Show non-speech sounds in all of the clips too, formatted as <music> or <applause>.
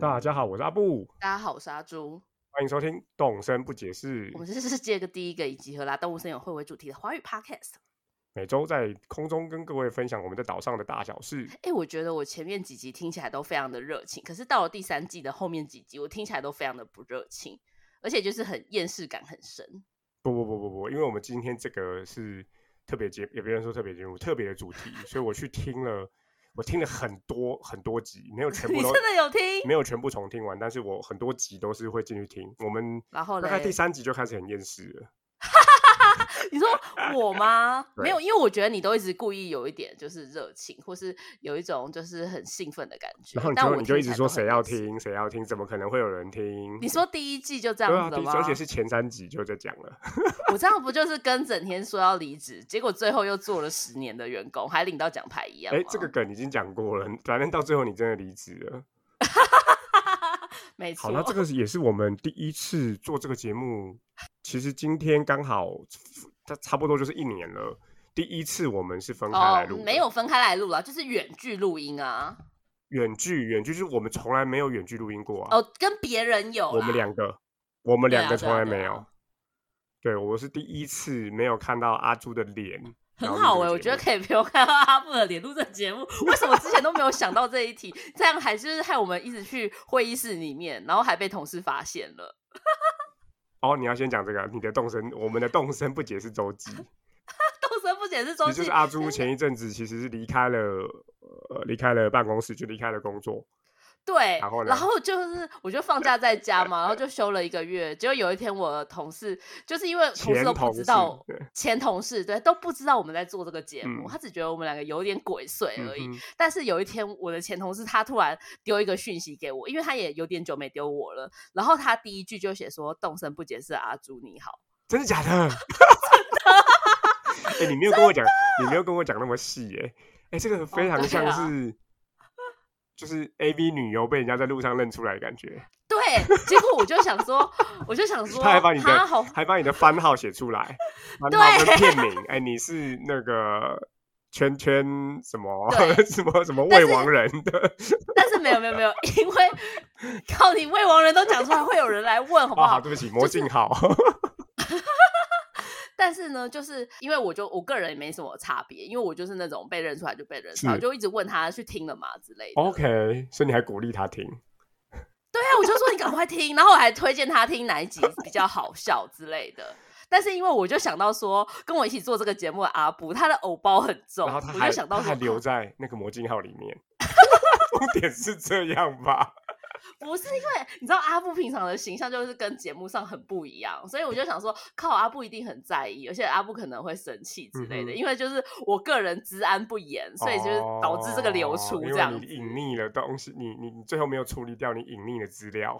大家好，我是阿布，大家好，我是阿朱，欢迎收听《动声不解释我》，们是世界的第一个以集合啦动物森友会为主题的华语 podcast。每周在空中跟各位分享我们在岛上的大小事。哎，我觉得我前面几集听起来都非常的热情，可是到了第三季的后面几集，我听起来都非常的不热情，而且就是很厌世感很深。不不不不不，因为我们今天这个是特别节，也不能说特别节目，特别的主题，所以我去听了，我听了很多很多集，没有 <laughs> 全部你都真的有听？没有全部重听完，但是我很多集都是会进去听。我们然后大嘞，概第三集就开始很厌世了。你说我吗？ <laughs> 对没有，因为我觉得你都一直故意有一点就是热情，或是有一种就是很兴奋的感觉。然后你但就我你就听一起直来说都很谁要厌世？听谁要听，怎么可能会有人听？你说第一季就这对样啊，子第了一吗？而且是前三集就在讲了。我这样不就是跟整天说要离职，结果最后又做了十年的员工，还领到奖牌一样哎、吗？这个梗已经讲过了，反正到最后你真的离职了。没错。好，那这个是也是我们第一次做这个节目，其实今天刚好，它差不多就是一年了。第一次我们是分开来哦录、，没有分开来录了，就是远距录音啊。远距，远距就是我们从来没有远距录音过啊。哦，跟别人有啦我们两个，我们两对啊个对从啊来对没有。啊对，我是第一次没有看到阿朱的脸，然后录很好这哎、个我节觉得目可以不用看到阿布的脸录这个节目。为什么之前都没有想到这一题？这样还是害我们一直去会议室里面，然后还被同事发现了。 <laughs> 哦，你要先讲这个，你的动身，我们的动身不解是周记，动身不解是也周就记是，阿朱前一阵子其实是离开了，呃，离开了办公室，就离开了工作，对，然后呢就是我就放假在家嘛，然后就休了一个月。结果有一天，我的同事就是因为同事前都同不知事，道，对前同事对都不知道我们在做这个节目，嗯他只觉得我们两个有点鬼祟嗯而已。哼但是有一天，我的前同事他突然丢一个讯息给我，因为他也有点久没丢我了。然后他第一句就写说：“动身不解释，阿朱你好。真的假的？ <laughs> 哎、你没有跟我讲，你没有跟我讲那么细耶、哎、这个非常对像啊是，就是 A V 女优被人家在路上认出来的感觉，”对，结果我就想说，我就想 <laughs> 说，他还把你的哈好，还把你的番号写出来，番号跟片名，哎、你是那个。圈圈什么对什么什么但未是亡人的但是没有没有没有，因为 <laughs> 靠你未亡人都讲出来，会有人来问好不啊，好好，？对不起，魔镜号， <laughs> 但是呢，就是因为我就我个人也没什么差别，因为我就是那种被认出来就被认出来，是我就一直问他去听了嘛之类的。 OK，所以你还鼓励他听，对啊，我就说你赶快听，然后我还推荐他听 <laughs> 哪一集比较好笑之类的。但是因为我就想到说，跟我一起做这个节目的阿布，他的偶包很重，然后他我还就想到他还说，啊留在那个魔镜号里面。重点是这样吧？不是因为你知道阿布平常的形象就是跟节目上很不一样，所以我就想说，靠阿布一定很在意，而且阿布可能会生气之类的，嗯哼因为就是我个人治安不严， <laughs> 所以就是导致这个流哦出因这为样你子。隐匿了东西，你你你最后没有处理掉你隐匿的资料，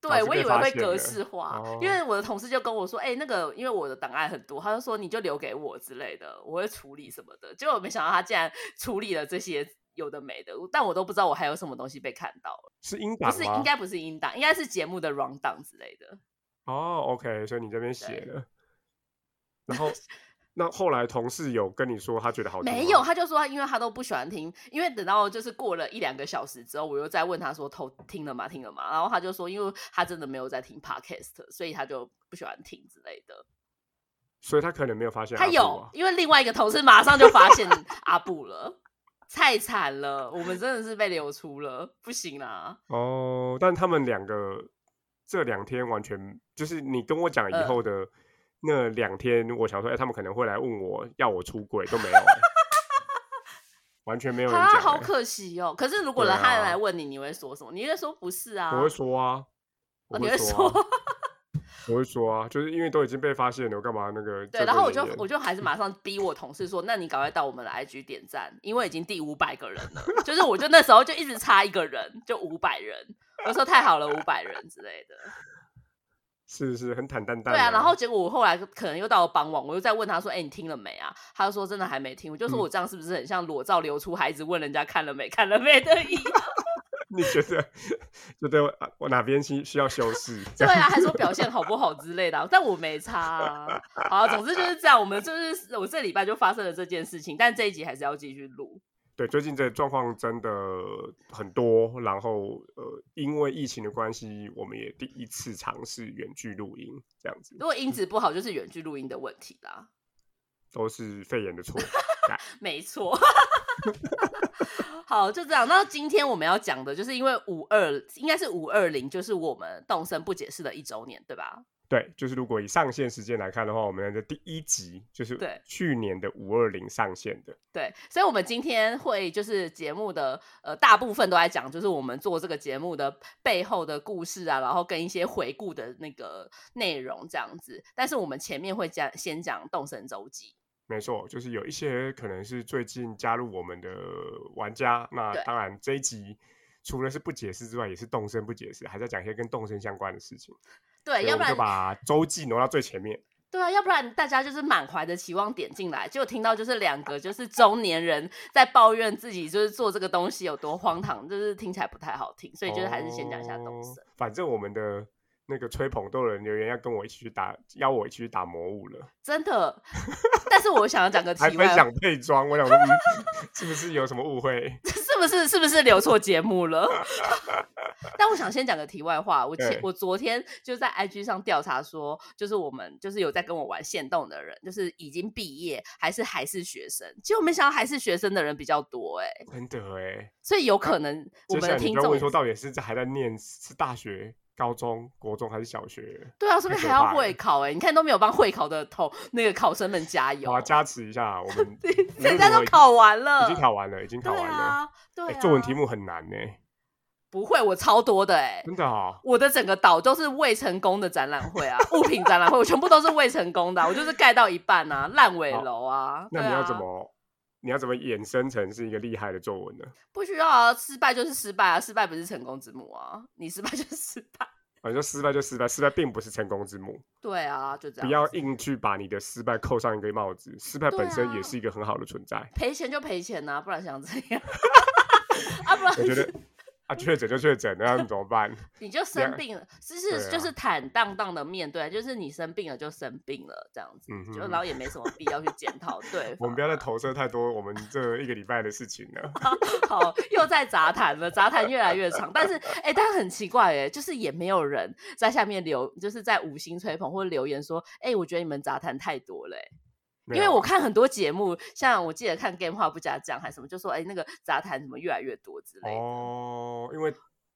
导对，致我被以为发会现格了式化，哦因为我的同事就跟我说：“哎、那个，因为我的档案很多，他就说你就留给我之类的，我会处理什么的。”结果我没想到他竟然处理了这些有的没的，但我都不知道我还有什么东西被看到了。是英不档是，吗应该不是音档，应该是节目的 round down 之类的。哦，OK，所以你这边写了，然后那后来同事有跟你说他觉得好听吗没有，，他就说他因为他都不喜欢听，因为等到就是过了一两个小时之后，我又再问他说偷听了吗？听了吗？然后他就说，因为他真的没有在听 podcast，所以他就不喜欢听之类的。所以他可能没有发现他阿布有啊，因为另外一个同事马上就发现阿布了，太惨了，我们真的是被流出了，不行啊啦。哦，但他们两个这两天完全就是你跟我讲以嗯后的。那两天，我想说，哎、他们可能会来问我要我出轨，都没 <laughs> 有欸、完全没有人讲、啊，欸。好可惜哦。可是如果对人他啊来问你，你会说什么？你会说不是啊？我会说啊，我哦你会说、啊，说 <laughs> 我会说啊，就是因为都已经被发现了，我干嘛那个遮遮掩掩？对，然后我就我就还是马上逼我同事说，那你赶快到我们的 IG 点赞，因为已经第五百个人了。就是我就那时候就一直差一个人，就五百人。我说太好了，五百人之类的。是是很坦荡荡对的。啊，然后结果我后来可能又到了傍晚，我又再问他说：“哎、你听了没啊？”他就说：“真的还没听。”我就说：“嗯我这样是不是很像裸照流出，孩子问人家看了没、看了没的一样？” <laughs> 你觉得 <laughs> 觉得啊我哪边需需要修饰？ <laughs> 这 <laughs> 对样啊，还说表现好不好之类的啊、但我没差、啊。好啊、总之就是这样。我们就是我这礼拜就发生了这件事情，但这一集还是要继续录。对，最近这状况真的很多，然后呃，因为疫情的关系，我们也第一次尝试远距录音，这样子如果音质不好，就是远距录音的问题啦。都是肺炎的错。没错。 <laughs> 好，就这样。那今天我们要讲的就是因为五二，应该是五二零，就是我们动身不解释的一周年，对吧？对，就是如果以上线时间来看的话，我们的第一集就是对去年的五二零上线的。对，所以我们今天会就是节目的呃大部分都在讲，就是我们做这个节目的背后的故事啊，然后跟一些回顾的那个内容这样子。但是我们前面会讲先讲动身周记，没错，就是有一些可能是最近加入我们的玩家。那对当然，这一集除了是不解释之外，也是动身不解释，还在讲一些跟动身相关的事情。对，所以要我不们然就把周记挪到最前面。对啊，要不然大家就是满怀的期望点进来，结果听到就是两个就是中年人在抱怨自己就是做这个东西有多荒唐，就是听起来不太好听，所以就是还是先讲一下动哦身。反正我们的那个吹捧逗人留言要跟我一起去打，邀我一起去打魔物了，真的。但是我想要讲个还题分外话享，配装。我想说，嗯 <laughs> 是不是有什么误 <laughs> 会？是不是是不是留错节目 <laughs> 了？但我想先讲个题外话，我前对我昨天就在 IG 上调查说，就是我们就是有在跟我玩线动的人，就是已经毕业还是还是学生，结果没想到还是学生的人比较多哎、真的哎，所以有可能我接们下的来你听不要众问也说是到底是在还在念是大学、高中、国中还是小学？对啊，说不定太还可怕要了会考哎、你看都没有帮会考的同那个考生们加油好，啊，加持一下，我 <laughs> 们人家都考完了，已经考完了，已经考对完了。啊，对哎啊，作文题目很难呢，不会，我超多的哎、真的 <laughs> 啊。我的整个岛都是未成功的展览会啊，物品展览会，我全部都是未成功的啊、我就是盖到一半啊，烂尾楼啊。那对你要怎啊？么？你要怎么衍生成是一个厉害的作文呢？不需要啊，失败就是失败啊，失败不是成功之母啊，你失败就是失败。 <laughs> 啊，你说失败就失败，失败并不是成功之母。对啊，就这样。不要硬去把你的失败扣上一个帽子，失败对本身啊也是一个很好的 <laughs> 存在。赔钱就赔钱呐、不然想怎样？ <laughs> 啊，不然我觉得啊，确诊就确诊，那你怎么办？你就样生病了，就是、对啊就是坦荡荡的面对，就是你生病了就生病了这样子，嗯就哼然后也没什么必要去检讨对我们方不要再投射太多我们这一个礼拜的事情 <laughs> 了。好，又在杂谈了，杂谈越来越长。但是，哎、但很奇怪、哎，就是也没有人在下面留，就是在五星吹捧或者留言说，哎、我觉得你们杂谈太多了、哎没因为有啊我看很多节目，像我记得看《Game 话不加酱》还是什么，就说，哎、那个杂谈怎么越来越多之类的。哦，因为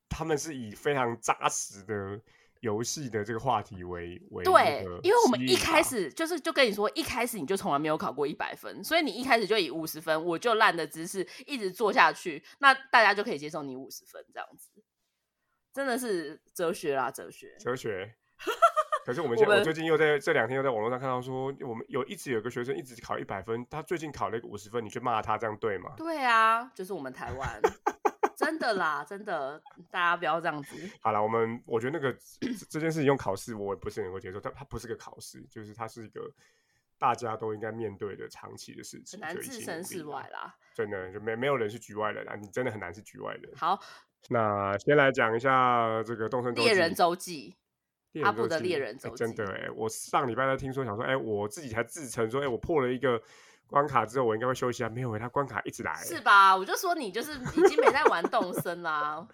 他们是以非常扎实的游戏的这个话题为为对那个，因为我们吸一引开吧始就是就跟你说，一开始你就从来没有考过一百分，所以你一开始就以五十分，我就烂的知识一直做下去，那大家就可以接受你五十分这样子，真的是哲学啦，哲学。哲 <laughs> 学。可是我们我现在，我们最近又在这两天又在网络上看到说，我们有一直有个学生一直考一百分，他最近考了一个五十分，你去骂他，这样对吗？对啊，就是我们台湾，真的啦，真的，大家不要这样子。好了，我们我觉得那个这这件事情用考试，我也不是很能够接受。它它不是个考试，就是它是一个大家都应该面对的长期的事情，很难所以一置起身努事力外啊。啦。真的就没没有人是局外人啊，你真的很难是局外人。好，那先来讲一下这个动身周猎记人周记，猎阿人布周的记猎人哎周真记的哎、我上礼拜在听说，想说哎、我自己才自称说哎、我破了一个关卡之后，我应该会休息啊，没有哎、他关卡一直来、是吧？我就说你就是已经没在玩动身啦，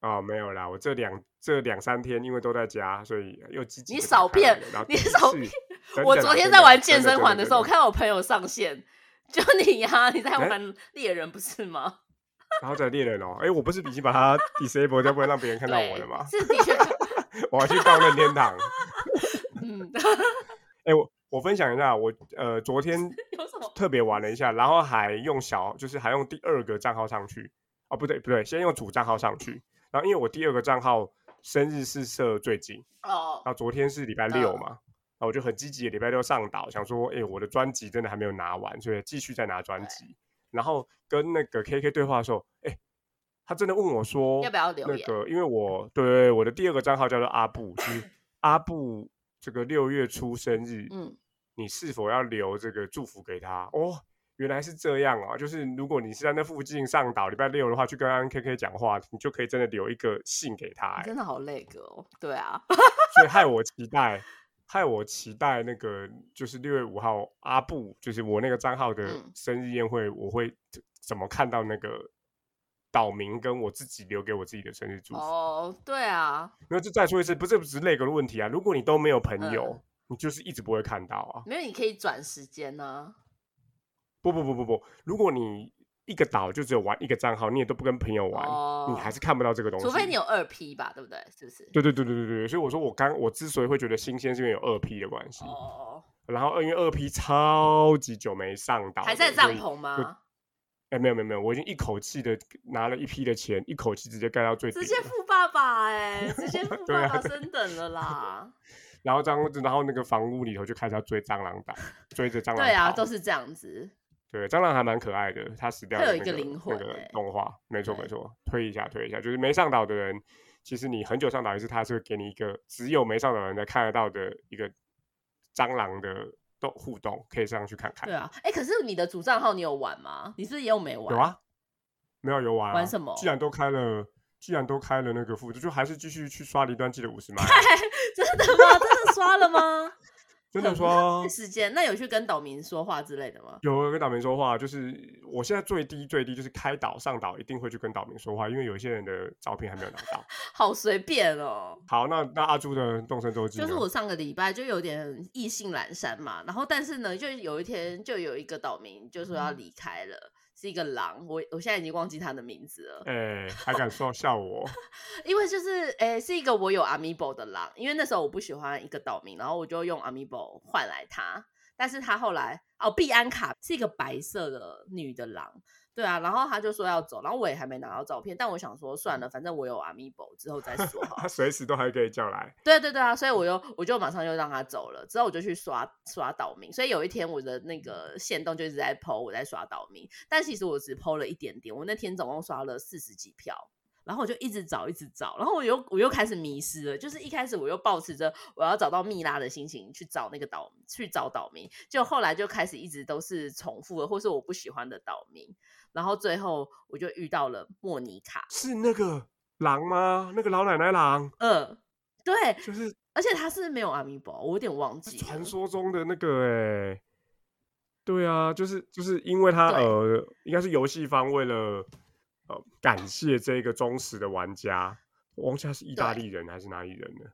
哦，没有啦，我这两这两三天因为都在家，所以又积极你地少打开来变了然后你是少真变的我啦昨天真在的玩真健的身真环的的时真候，我看到我朋友上线， <laughs> 就你呀、你在哎玩猎人不是吗？然后再猎人哦，哎，我不是已经把它 disable 掉，不能让别人看到我对了 <laughs> 吗？是的确，我要去放任天堂。嗯， <laughs> 哎，我我分享一下，我呃昨天有什么？特别玩了一下，然后还用小，就是还用第二个账号上去。哦，不对不对，先用主账号上去，然后因为我第二个账号生日是设最近，哦，然后昨天是礼拜六嗯嘛，然后我就很积极，礼拜六上岛，想说，哎、我的专辑真的还没有拿完，所以继续再拿专辑。然后跟那个 KK 对话的时候，哎、他真的问我说，要不要留那言个，因为我对我的第二个账号叫做阿布，就是 <laughs> 阿布这个六月初生日，嗯，你是否要留这个祝福给他？哦，原来是这样啊！就是如果你是在那附近上岛，礼拜六的话去跟 KK 讲话，你就可以真的留一个信给他、你哎嗯真的好累个哦。对啊，所以害我期待，害我期待那个就是六月五号阿布，就是我那个账号的嗯生日宴会，我会怎么看到那个岛民跟我自己留给我自己的生日祝福？哦，对啊，那就再说一次，不是不是那个问题啊，如果你都没有朋友，嗯你就是一直不会看到啊。没有你可以转时间啊呢、不不不不不，如果你一个岛就只有玩一个账号，你也都不跟朋友玩，哦，你还是看不到这个东西。除非你有二 P 吧，对不对？是不是？对对对对对对，所以我说我刚我之所以会觉得新鲜，是因为有二 P 的关系。哦哦然后因为二 P 超级久没上岛哦，了，还在帐所以。篷吗？哎，没有没有没有，我已经一口气的拿了一批的钱，一口气直接盖到最低直。接富爸爸哎、直接富 <laughs> 对啊爸爸升等 <laughs> 了啦。然后这样，然后那个房屋里头就开始要追蟑螂打，追着蟑螂对啊，跑都是这样子。对，蟑螂还蛮可爱的，它死掉它的有那一个灵魂那个欸动画，没错没对错，推一下推一下，就是没上岛的人，其实你很久上岛一次，它是会给你一个只有没上岛的人才看得到的一个蟑螂的动互动，可以上去看看。对啊，哎、可是你的主账号你有玩吗？你是不是也有没玩？有，啊，没有游玩、啊？玩什么既然都开了，既然都开了那个副，就还是继续去刷离端记的五 <laughs> 十码。真的吗？真的刷 <laughs> 了吗？真的很说浪费，时间，那有去跟岛民说话之类的吗？有跟岛民说话，就是我现在最低最低就是开岛上岛一定会去跟岛民说话，因为有一些人的照片还没有拿到。好随便哦。好，那那阿朱的动身周记呢，就是我上个礼拜就有点意兴阑珊嘛，然后但是呢，就有一天就有一个岛民就说嗯要离开了，是一个狼，我我现在已经忘记他的名字了，哎、还敢说笑我？ <laughs> 因为就是诶、是一个我有 Amiibo 的狼，因为那时候我不喜欢一个岛民，然后我就用 Amiibo 换来它，但是他后来哦，碧安卡是一个白色的女的狼，对啊，然后他就说要走，然后我也还没拿到照片，但我想说算了，反正我有 Amiibo 之后再说好了他随时都还可以叫来。对对对啊，所以我又我就马上就让他走了，之后我就去刷刷岛民，所以有一天我的那个线动就一直在 PO 我在刷岛民，但其实我只 PO 了一点点，我那天总共刷了四十几票。然后我就一直找，一直找，然后我又我又开始迷失了。就是一开始我又保持着我要找到蜜拉的心情去找那个岛，去找岛民，就后来就开始一直都是重复的，或是我不喜欢的岛民。然后最后我就遇到了莫妮卡，是那个狼吗？那个老奶奶狼，嗯，对，就是而且他是没有阿米宝，我有点忘记了。传说中的那个哎、对啊，就是就是因为他对呃，应该是游戏方为了呃感谢这个忠实的玩家，我忘记他是意大对利人还是哪里人了。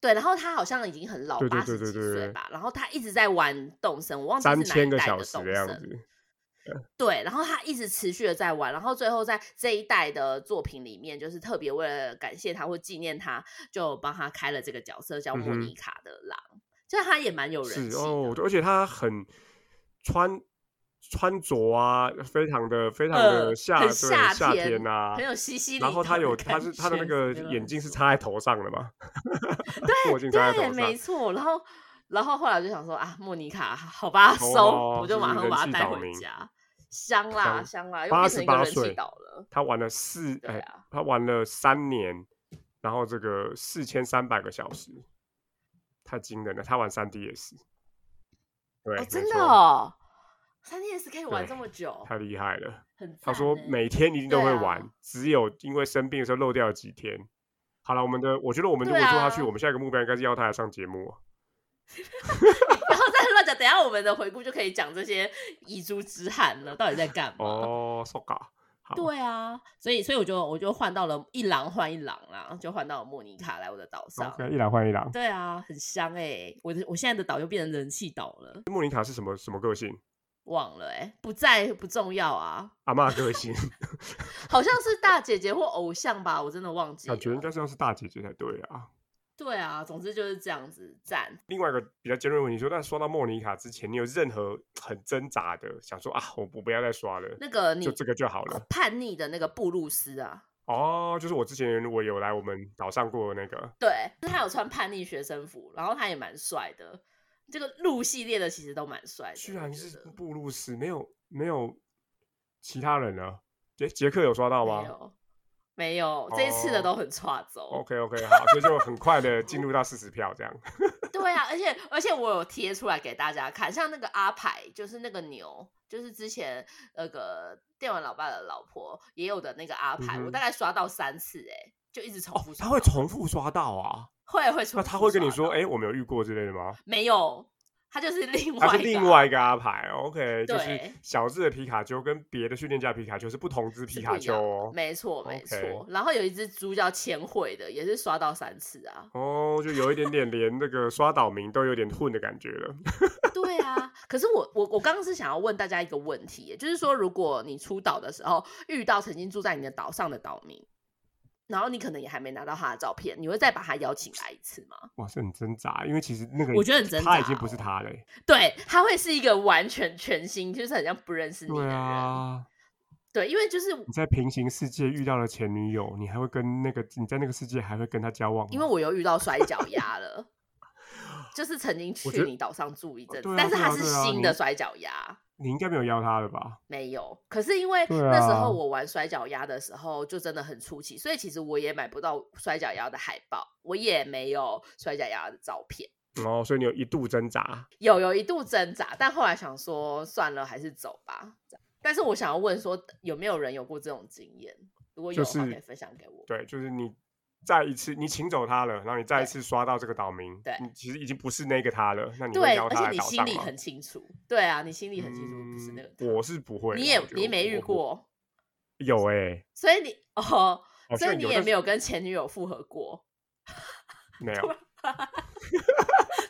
对，然后他好像已经很老，对对八十对几对对岁吧。然后他一直在玩动森，我忘记是三哪千一个代小的时动的样森子，对，然后他一直持续的在玩，然后最后在这一代的作品里面，就是特别为了感谢他或纪念他，就帮他开了这个角色叫莫嗯哼妮卡的狼，就是他也蛮有人是气哦，的。而且他很穿穿着啊，非常的非常呃的很夏、对夏夏天啊，很有西西里然后岛他的有感他是他的那觉个对吧眼镜是插在头上的嘛？对，墨镜插在 <laughs> 对，头没上。错。然后，然后后来我就想说啊，莫妮卡，好吧，哦收，我就就是马上人把气它带岛回民家，香啦香香啦，又变成一个88人气岁岛了。他玩了四对哎、啊他玩了三年，然后这个四千三百个小时，太惊人了。他玩三 DS，对，哦，没真错的哦，三 DS 可以玩对这么久，太厉害了。很他赞说欸每天一定都对会啊玩，只有因为生病的时候漏掉了几天。好了，我们的我觉得我们如对果做下去，啊我们下一个目标应该是要他来上节目。 <laughs> 哦不要再乱讲，等一下我们的回顾就可以讲这些遗珠之憾了，到底在干嘛？哦，so ga，好，对啊，所以所以我就我就换到了一狼换一狼啦，就换到了莫妮卡来我的岛上。 ，OK，一来换一郎。对啊，很香哎、我的我现在的岛又变成人气岛了，莫妮卡是什么什么个性？忘了哎、不在不重要啊，阿嬷个 <laughs> 性，好像是大姐姐或偶像吧，我真的忘记了感。觉应该是要是大姐姐才对啊。对啊，总之就是这样子，赞。另外一个比较尖锐的问题说，那刷到莫妮卡之前，你有任何很挣扎的，想说啊，我不不要再刷了，那个你就这个就好了。叛逆的那个布鲁斯啊，哦，就是我之前我有来我们岛上过的那个，对，就是他有穿叛逆学生服，然后他也蛮帅的。这个鹿系列的其实都蛮帅的，居我然觉是得布鲁斯，没有没有其他人了。杰杰克有刷到没吗有没有，这一次的哦都很差走。 ？OK OK，好，所以就很快的进入到四十票这 <laughs> 样。对啊，而且而且我有贴出来给大家看，像那个阿牌，就是那个牛，就是之前那个电玩老爸的老婆也有的那个阿牌，嗯我哼哦大概刷到三次、欸，哎，就一直重复刷他到、会重复刷到啊？会会出，那他会跟你出说，刷哎、到我没有遇过之类的吗？没有，他就是另外它是一另个啊外一个阿牌，OK，就是对小智的皮卡丘跟别的训练家皮卡丘是不同只皮是卡不一丘样的哦。没错没 OK。错。然后有一只猪叫千惠的，也是刷到三次啊 <laughs> 哦，就有一点点连那个刷岛民都有点混的感觉了。对啊，可是我我我刚刚是想要问大家一个问题，也就是说，如果你出岛的时候遇到曾经住在你的岛上的岛民，然后你可能也还没拿到他的照片，你会再把他邀请来一次吗？哇，这很挣扎，因为其实那个我觉得很挣扎他已经不是他了欸。对，他会是一个完全全新，就是很像不认识你的对人。啊，嗯对因为就是你在平行世界遇到了前女友，你还会跟那个你在那个世界还会跟他交往吗？因为我又遇到摔跤鸭 <laughs> 了，就是曾经我觉去得你岛上住一阵子，对啊但是对啊它是对啊新你的摔跤鸭。你应该没有邀他了吧？没有，可是因为对那时啊候我玩摔跤鸭的时候就真的很出奇，所以其实我也买不到摔跤鸭的海报，我也没有摔跤鸭的照片，哦，所以你有一度挣扎。有有一度挣扎，但后来想说算了，还是走吧。这样但是我想要问说，有没有人有过这种经验？如果有就的话，是可以分享给我。对，就是你再一次你请走他了，然后你再一对次刷到这个岛民，对你其实已经不是那个他了，那你会对，邀而他且来你岛心上里吗？很清楚，对啊，你心里很清楚，不是那个嗯他。，我是不会啦，你也我觉得你没我遇，我过，有哎，所以你 <laughs> 哦，好所以像你有也但是没有跟前女友复合过。没有，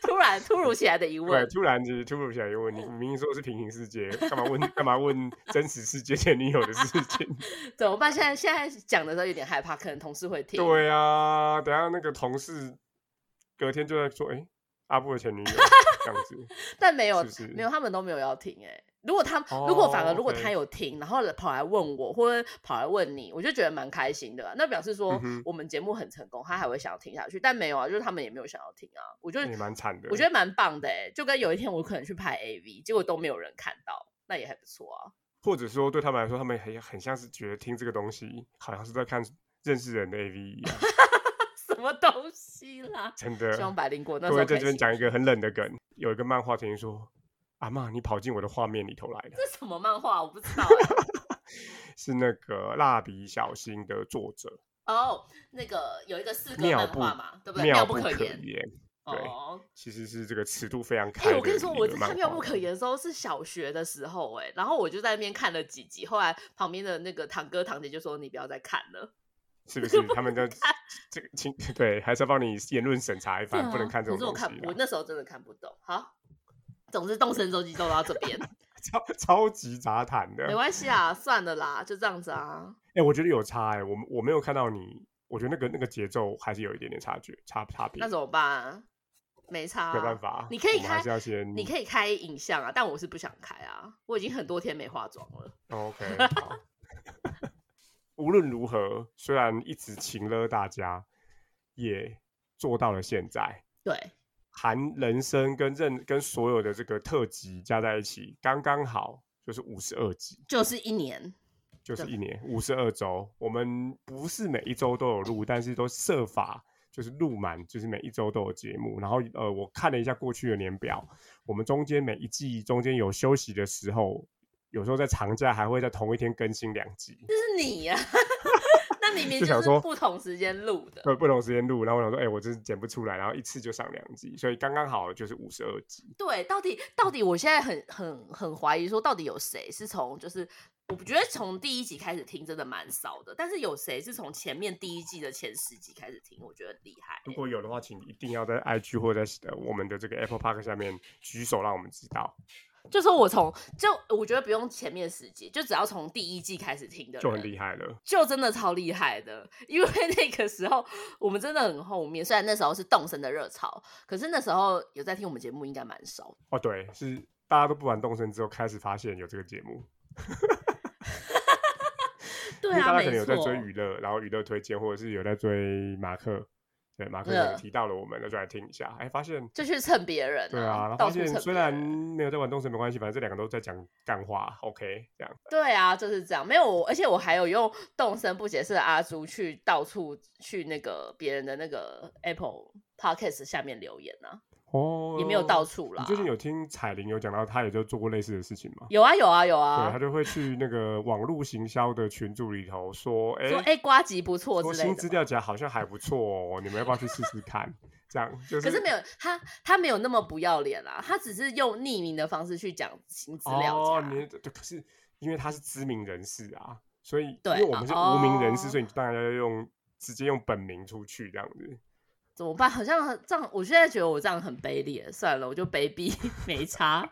突然突如其来的疑对，问，突然就是突如其来一个 <laughs> 问题，你明明说是平行世界，干嘛问干嘛问真实世界前女友的事 <laughs> 情？怎么办？现在现在讲的时候有点害怕，可能同事会听。对啊，等下那个同事隔天就在说，哎，阿布的 <laughs> 前女友这样子，但没有是不是没有，他们都没有要听哎、如果他如果反而哦如果 OK 他有听，然后跑来问我，或者跑来问你，我就觉得蛮开心的啊、那表示说嗯哼我们节目很成功，他还会想要听下去。但没有啊，就是他们也没有想要听啊。我觉那得也蛮惨的。我觉得蛮棒的哎、就跟有一天我可能去拍 AV，结果都没有人看到，那也还不错啊。 <laughs> 或者说对他们来说，他们很很像是觉得听这个东西好像是在看认识人的 AV 一样，什么东西啦？真的。 <laughs> 希望百灵果各那时候位可在以这边醒讲一个很冷的梗，有一个漫画曾经说：“阿嬷，你跑进我的画面里头来了。 <laughs> 这什么漫画？我不知 <laughs> 道欸、”是那个《蜡笔小新》的作者哦，那个有一个四个妙漫不画嘛，对不对？妙不不可言。言，对哦，其实是这个尺度非常哎、开。我跟你说，我是在看《妙不可言》的时候是小学的时候、哎，然后我就在那边看了几集，后来旁边的那个堂哥堂姐就说：“你不要再看了，是不是？他们的这个请 <laughs> 对，还是要帮你言论审查一番，不能看这种可是啊我东西看，我啦。那时候真的看不懂。好，总之动身周记都到这 <laughs> 边，超超级杂谈的，没关系啊，算了啦，就这样子啊。哎、我觉得有差哎、我我没有看到你，我觉得那个那个节奏还是有一点点差距，差差别。那怎么办？没差啊、没办法，你可以我们还开是要先，你可以开影像啊，但我是不想开啊，我已经很多天没化妆了。哦 <laughs> OK 好。无论如何，虽然一直请了大家，也做到了现在，对，含人生跟任跟所有的这个特辑加在一起，刚刚好就是五十二集，就是一年，就是对一年五十二周。我们不是每一周都有录，但是都设法就是录满，就是每一周都有节目。然后呃，我看了一下过去的年表，我们中间每一季中间有休息的时候，有时候在长假还会在同一天更新两集。这是你呀、 <laughs> 那明明就想是说呃不同时间录的。对，不同时间录，然后我想说，哎、我真是剪不出来，然后一次就上两集，所以刚刚好就是五十二集。对，到底到底，我现在很很很怀疑，说到底有谁是从就是，我觉得从第一集开始听真的蛮少的，但是有谁是从前面第一季的前十集开始听，我觉得很厉害欸、如果有的话，请一定要在 IG 或者在、呃我们的这个 Apple Park 下面举手，让我们知道，就说我从就我觉得不用前面十集，就只要从第一季开始听的人，就很厉害了。就真的超厉害的，因为 <laughs> 那个时候我们真的很后面，虽然那时候是动身的热潮，可是那时候有在听我们节目应该蛮少的。哦，对，是大家都不玩动身之后，开始发现有这个节目。对因为啊，大家可没能有在错追，娱乐，然后娱乐推荐，或者是有在追马克，对马克可能嗯提到了我们，那就来听一下。哎，发现就去蹭别人、对啊，然后到发处现蹭虽别然人。没有在玩动森没关系，反正这两个都在讲干话，OK，这样对啊，就是这样。没有，我，而且我还有用动身不解释的阿朱去到处去那个别人的那个 Apple Podcast 下面留言啊。哦，也没有到。处啦你。最近有听彩玲有讲到，她也就做过类似的事情吗？有啊有啊有对，啊她，就会去那个网络行销的群组里头说，哎、说哎瓜吉不错说之新类资的。料夹好像还不错哦，你们要不要去试试看？这样就是，可是没有他，他没有那么不要脸啦，他只是用匿名的方式去讲新资料哦，夹。你对，可是因为他是知名人士啊，所以对因为我们是无名人士，哦所以你当然要用直接用本名出去这样子。怎么办？好像很这样，我现在觉得我这样很卑劣。算了，我就卑鄙，没差。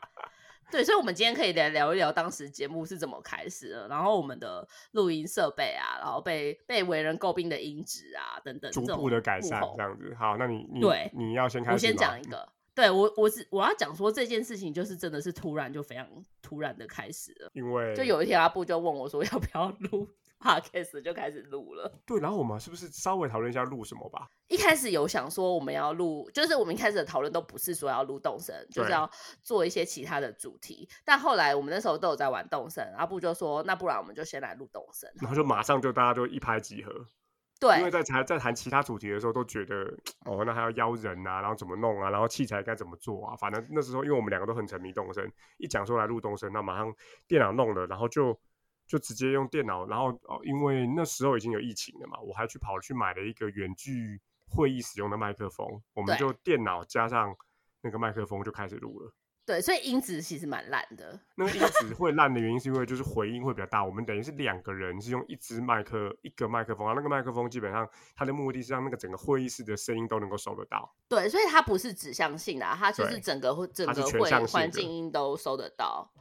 对，所以，我们今天可以来聊一聊当时节目是怎么开始的，然后我们的录音设备啊，然后被被为人诟病的音质啊，等等，逐这种步的改幕善后这样子。好，那你你对你要先开始，嗯我先讲一。个，对我我只我要讲说这件事情就是真的是突然就非常突然的开始了，因为就有一天阿布就问我说要不要录 <laughs> podcast，就开始录了。对，然后我们是不是稍微讨论一下录什么吧？一开始有想说我们要录，就是我们一开始的讨论都不是说要录动森，就是对要做一些其他的主题。但后来我们那时候都有在玩动森，阿布就说那不然我们就先来录动森。然后就马上就大家就一拍即合，因为对在谈在谈其他主题的时候都觉得哦，那还要邀人啊，然后怎么弄啊，然后器材该怎么做啊，反正那时候因为我们两个都很沉迷动身，一讲说来录动身，那马上电脑弄了，然后就就直接用电脑，然后哦，因为那时候已经有疫情了嘛，我还去跑去买了一个远距会议使用的麦克风，我们对就电脑加上那个麦克风就开始录了。对，所以音质其实蛮烂的。那个音质会烂的原因是因为就是回音会比较大，我们等于是两个人是用一支麦克一个麦克风，然后那个麦克风基本上它的目的是让那个整个会议室的声音都能够收得到。对，所以它不是指向性的啊、它就是对整个会整它是个全会向性环的哦境音都收得到。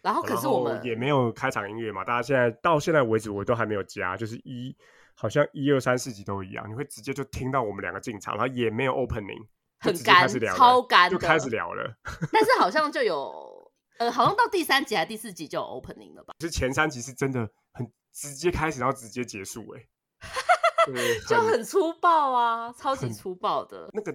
然后哦可然是我后们也没有开场音乐嘛，大家现在到现在为止我都还没有加，就是一好像一二三四集都一样，你会直接就听到我们两个进场，然后也没有 opening，就很直接开干始聊，了超干就的，开始聊了。但是好像就有呃，好像到第三集还第四集就有 opening 了吧？就是前三集是真的很直接开始，然后直接结束、欸， <laughs> 哎，对就很粗暴啊，超级很粗暴的，那个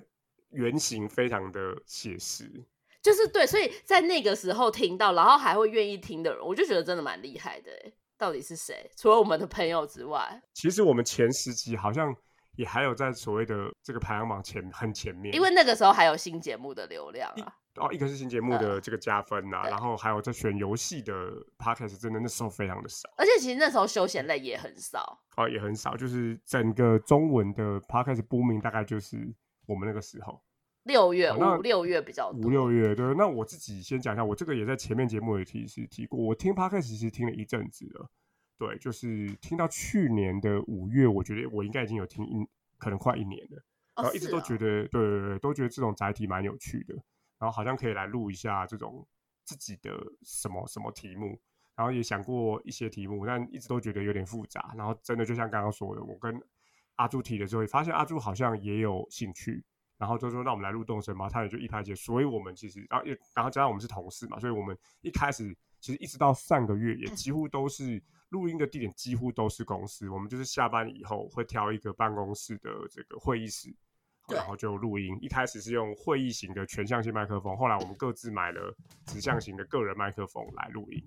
原型非常的写实。就是对，所以在那个时候听到，然后还会愿意听的人，我就觉得真的蛮厉害的欸。到底是谁？除了我们的朋友之外，其实我们前十集好像也还有在所谓的这个排行榜前很前面，因为那个时候还有新节目的流量啊，哦，一个是新节目的这个加分呐、呃啊对然后还有在选游戏的 podcast，真的那时候非常的少而且其实那时候休闲类也很少。啊、哦，也很少，就是整个中文的 podcast booming 大概就是我们那个时候六月好哦那五六月比较多，五六月对。那我自己先讲一下，我这个也在前面节目也提是提过，我听 podcast 其实听了一阵子了，对，就是听到去年的五月，我觉得我应该已经有听一可能快一年了。哦然后一直是都哦觉得，对对对，都觉得这种载体蛮有趣的，然后好像可以来录一下这种自己的什么什么题目，然后也想过一些题目，但一直都觉得有点复杂。然后真的就像刚刚说的，我跟阿朱提了之后，也发现阿朱好像也有兴趣，然后就说让我们来录动身嘛，他也就一拍即合。所以我们其实，然后又然后加上我们是同事嘛，所以我们一开始其实一直到上个月也几乎都是录音的地点，几乎都是公司。我们就是下班以后会挑一个办公室的这个会议室，对然后就录音。一开始是用会议型的全向性麦克风，后来我们各自买了指向型的个人麦克风来录音。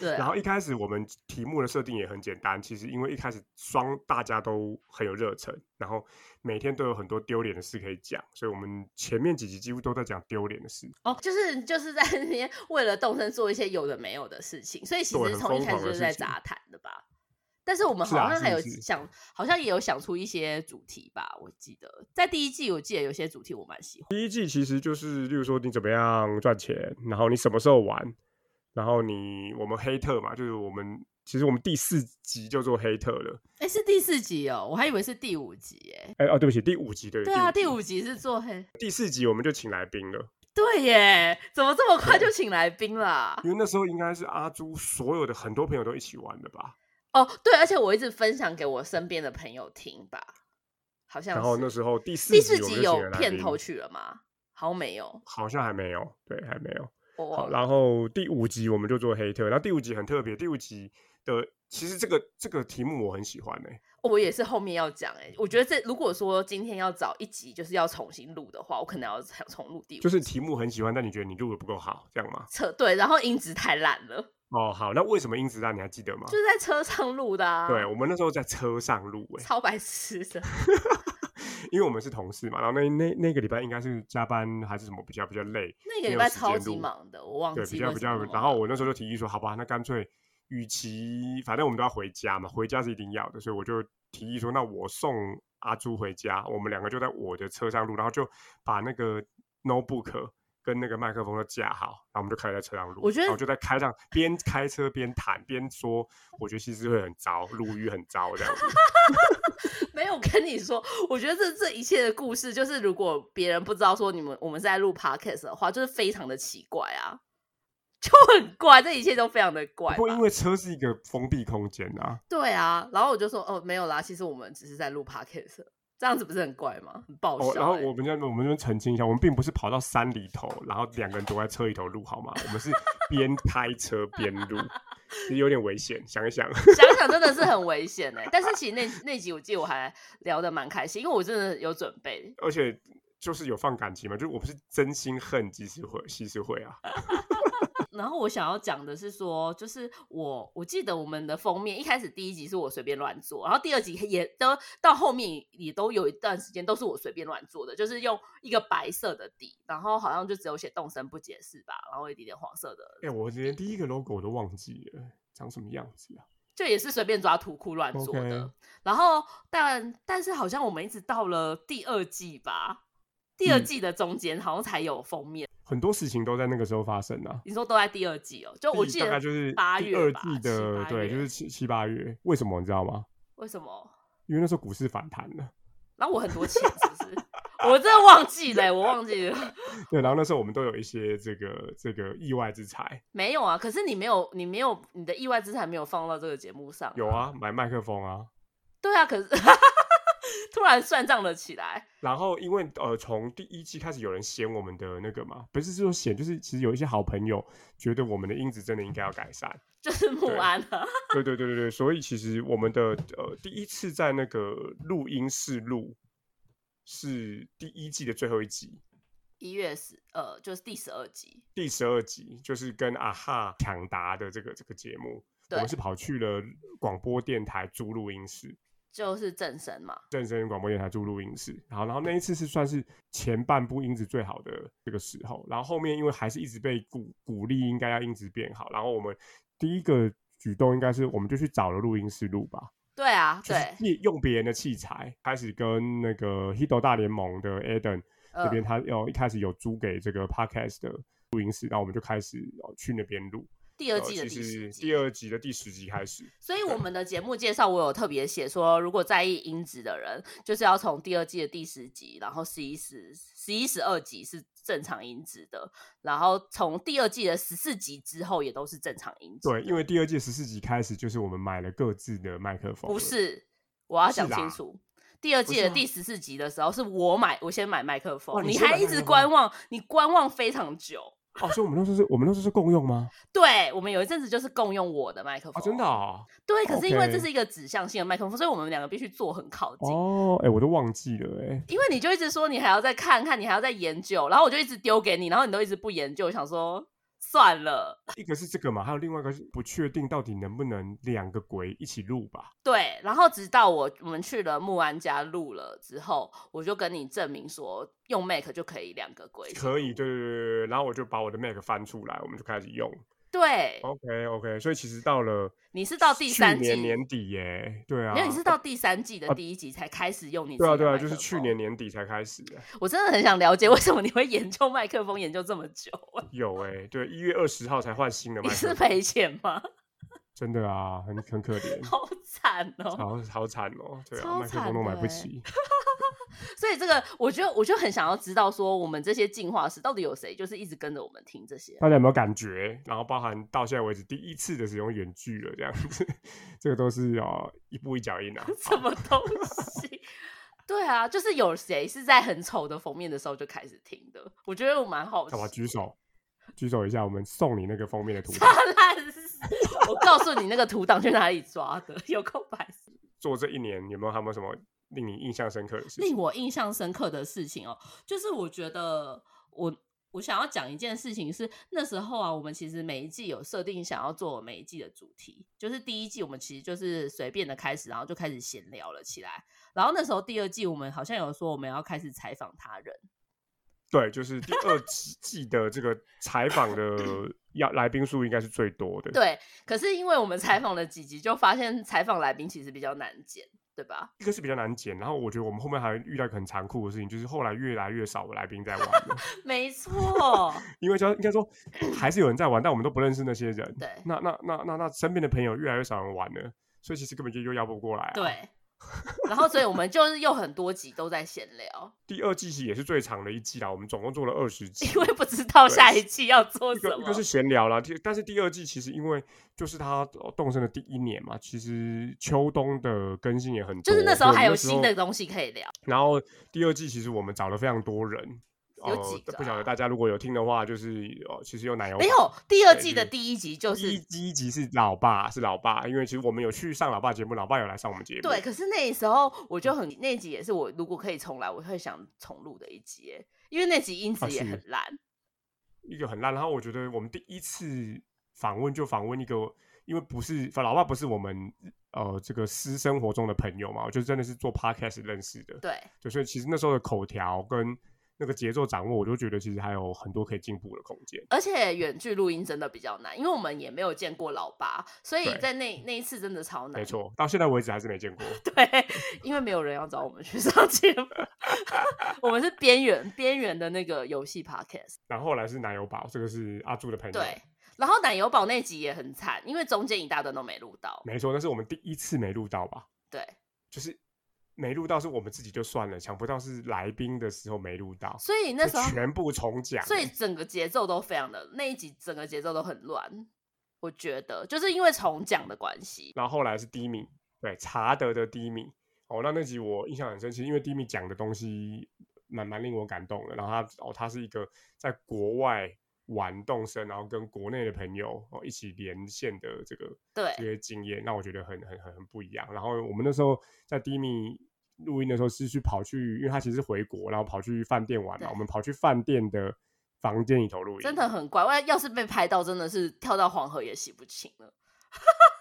对啊，然后一开始我们题目的设定也很简单，其实因为一开始双大家都很有热忱，然后每天都有很多丢脸的事可以讲，所以我们前面几集几乎都在讲丢脸的事，哦，就是就是在那边 <laughs> 为了动身做一些有的没有的事情，所以其对实很从一疯开始狂就的是事在情杂谈的吧。但是我们是好啊像是还有是想，好像也有想出一些主题吧。我记得在第一季，我记得有些主题我蛮喜欢。第一季其实就是，例如说你怎么样赚钱，然后你什么时候玩，然后你我们黑特嘛，就是我们其实我们第四集就做黑特了，哎，是第四集哦，我还以为是第五集哎。哎哦对不起，第五集对对啊，第第集五集是做黑。第四集我们就请来宾了，对耶，怎么这么快对就请来宾啦？因为那时候应该是阿朱所有的很多朋友都一起玩的吧，哦，对，而且我一直分享给我身边的朋友听吧，好像然后是那时候第四第四我们集就请有了来片宾头曲了吗？好像没有，好像还没有，对，还没有。我好，忘了。然后第五集我们就做黑特，然后第五集很特别，第五集的其实这个这个题目我很喜欢欸诶、我也是后面要讲哎、我觉得这如果说今天要找一集就是要重新录的话，我可能要重重录第五就是题目很喜欢，但你觉得你录的不够好，这样吗？车对，然后音质太烂了，哦，好，那为什么音质烂？你还记得吗就？是在车上录的啊， <laughs> 对，我们那时候在车上录诶、超白痴的。欸因为我们是同事嘛，然后那那那个礼拜应该是加班还是什么比较比较累，那个没礼有拜时超间级录忙的，我忘对，记比较为比什较。么然后了我那时候就提议说，好吧，那干脆，与其反正我们都要回家嘛，回家是一定要的，所以我就提议说，那我送阿朱回家，我们两个就在我的车上录，然后就把那个 notebook 跟那个麦克风都架好，然后我们就开始在车上录。我觉得然后就在开上边开车边谈边说，我觉得西施会很糟，鲁豫很糟这样子。没有跟你说，我觉得这这一切的故事，就是如果别人不知道说你们我们是在录 podcast 的话，就是非常的奇怪啊，就很怪，这一切都非常的怪不过因吧。为车是一个封闭空间啊，对啊，然后我就说哦，没有啦，其实我们只是在录 podcast，这样子不是很怪吗？很爆笑、哦欸。，然后我们这边我们这边澄清一下，我们并不是跑到山里头，然后两个人躲在车里头录好吗？我们是边开车边录，其实有点危险，想一想。 <laughs> 想想真的是很危险哎、但是其实那那集我记得我还聊得蛮开心，因为我真的有准备。而且就是有放感情嘛，就是我们是真心恨即时会，西施会啊，呃然后我想要讲的是说，就是我我记得我们的封面一开始第一集是我随便乱做，然后第二集也都到后面也都有一段时间都是我随便乱做的，就是用一个白色的底，然后好像就只有写动身不解释吧，然后有一点点黄色的，哎、我连第一个 logo 我都忘记了，长什么样子啊？就也是随便抓图库乱做的。 OK 然后但但是好像我们一直到了第二季吧，第二嗯季的中间好像才有封面。很多事情都在那个时候发生啊。你说都在第二季哦，就我第记大概得就是八第月二吧季七的，八对，就月是七七八月。为什么你知道吗？为什么？因为那时候股市反弹了。 <laughs> 然后我很多钱是不是？我真的忘记了欸、我忘记了。 <laughs> 对，然后那时候我们都有一些这个这个意外之财，没有啊，可是你没有，你没有，你的意外资产没有放到这个节目上。有，啊，买麦克风啊。对啊，可是 <laughs> 突然算账了起来。然后因为呃，从第一季开始有人嫌我们的那个嘛，不是说嫌，就是其实有一些好朋友觉得我们的音质真的应该要改善。就是木对安啊， <laughs> 对对对对对，所以其实我们的呃第一次在那个录音室录是第一季的最后一集，一月十，呃，就是第十二集，第十二集，就是跟啊哈抢答的这个这个节目，我对们是跑去了广播电台租录音室。就是正神嘛。正声广播电台住录音室，好，然后那一次是算是前半部音质最好的这个时候，然后后面因为还是一直被鼓鼓励应该要音质变好，然后我们第一个举动应该是我们就去找了录音室录吧，对啊，就是对，借用别人的器材，开始跟那个 Hito 大联盟的 Eden 呃这，边他要一开始有租给这个 Podcast 的录音室，然后我们就开始哦去那边录，第二季的呃第其十实集第二集的第十集开始，所以我们的节目介绍，我有特别写说，如果在意音质的人，就是要从第二季的第十集，然后十一、十、十一、十二集是正常音质的，然后从第二季的十四集之后也都是正常音质。对，，因为第二季十四集开始就是我们买了各自的麦克风，不。是，我要是讲啦清楚。第二不季是的啊第十四集的时候，是我买，我先买麦克哇风，你先还买一麦克直风观望，你观望非常久。哦，所以我们那时候是，我们那时候是共用吗？对我们有一阵子就是共用我哦的麦克啊，风，真的啊、对。可是因为这 OK 是一个指向性的麦克风，所以我们两个必须坐很靠近。哦，哎、我都忘记了、哎，因为你就一直说你还要再看看，你还要再研究，然后我就一直丢给你，然后你都一直不研究，我想说算了，一个是这个嘛，还有另外一个是不确定到底能不能两个鬼一起录吧。对。然后直到我我们去了木安家录了之后，我就跟你证明说用 Mac 就可以两个规可以，对对对对对。然后我就把我的 Mac 翻出来，我们就开始用。对， OK OK，所以其实到了你是到第去三季年，年底耶、对啊，没有，你是到第三季的啊第一集才开始用你自对己啊的对啊，麦就是克去风哦年，年底才开始的。我真的很想了解为什么你会研究麦克风研究这么久、有哎、对，一月二十号才换新的麦你克是风，赔 <laughs> 钱吗？。真的啊，很很可怜 <laughs> 好惨哦、好好惨哦，对超啊，麦克风都买惨的不欸起。所以这个，我觉得我就很想要知道，说我们这些进化史到底有谁，就是一直跟着我们听这 <laughs> 些。大家有没有感觉？然后包含到现在为止第一次的使用远距了，这样子，这个都是哦一步一脚印 <laughs> 啊。什么东西？对啊，就是有谁是在很丑的封面的时候就开始听的，我觉得我蛮好奇。好吧，。举手，举手一下，我们送你那个封面的图 <laughs> 烂死！我告诉你，那个图档去哪里抓的？有空白死。做这一年有没有他们什么令你印象深刻的事令情？我印象深刻的事情哦，就是我觉得我我想要讲一件事情是，那时候啊，我们其实每一季有设定想要做每一季的主题，就是第一季我们其实就是随便的开始，然后就开始闲聊了起来。然后那时候第二季我们好像有说我们要开始采访他人，对，就是第二季季的这个采访 <laughs> 的要来宾数应该是最多的。，对。可是因为我们采访了几集，就发现采访来宾其实比较难剪，对吧？ <laughs> 一个是比较难剪，然后我觉得我们后面还遇到一个很残酷的事情，就是后来越来越少来宾在玩了，没错，因为就应该说还是有人在玩，但我们都不认识那些人。对那那那那那身边的朋友越来越少人玩了，所以其实根本就又要不过来、啊。，对。 <laughs> 然后所以我们就是又很多集都在闲聊，第二季其实也是最长的一季啦，我们总共做了二十集。因为不知道对下一季要做一什个一么个。是闲聊啦，第但是第二季其实因为就是它动身的第一年嘛，其实秋冬的更新也很多，就是那时候所以还有那时候新的东西可以聊，然后第二季其实我们找了非常多人，有几个呃、不晓啊得大家如果有听的话，就是呃，其实有奶油没有哎第二对季就的是第一集就第一是第一集是老爸是老爸，因为其实我们有去上老爸节目，老爸有来上我们节目，对，，可是那时候我就很那集也是我如果可以重来，我会想重录的一集耶，因为那集音质啊也是很烂。一个很烂。然后我觉得我们第一次访问就访问一个，因为不是老爸不是我们呃这个私生活中的朋友嘛，我就真的是做 podcast 认识的，对，就所以其实那时候的口条跟那个节奏掌握，我就觉得其实还有很多可以进步的空间。而且远距录音真的比较难，因为我们也没有见过老爸，所以对在那那一次真的超难没。错，到现在为止还是没见 <laughs> 过。对，因为没有人要找我们去上节目， <laughs> 我们是边缘边缘的那个游戏 podcast。然后后来是奶油宝，这个是阿柱的朋友。对，，然后奶油宝那集也很惨，因为中间一大段都没录到。没错，那是我们第一次没录到吧？对，就是没录到是我们自己就算了，想不到是来宾的时候没录到，所以那时候就全部重讲欸。所以整个节奏都非常的那一集整个节奏都很乱，我觉得就是因为重讲的关系。然后后来是低米，对查德的低米。哦，那那集我印象很深，其实因为低米讲的东西蛮蛮令我感动的。然后他哦，他是一个在国外玩动身，然后跟国内的朋友哦一起连线的这个这对些经验，让我觉得很很很很不一样。然后我们那时候在低迷录音的时候是去跑去，因为他其实是回国，然后跑去饭店玩嘛，对我们跑去饭店的房间里头录音，真的很怪，万一要是被拍到，真的是跳到黄河也洗不清了。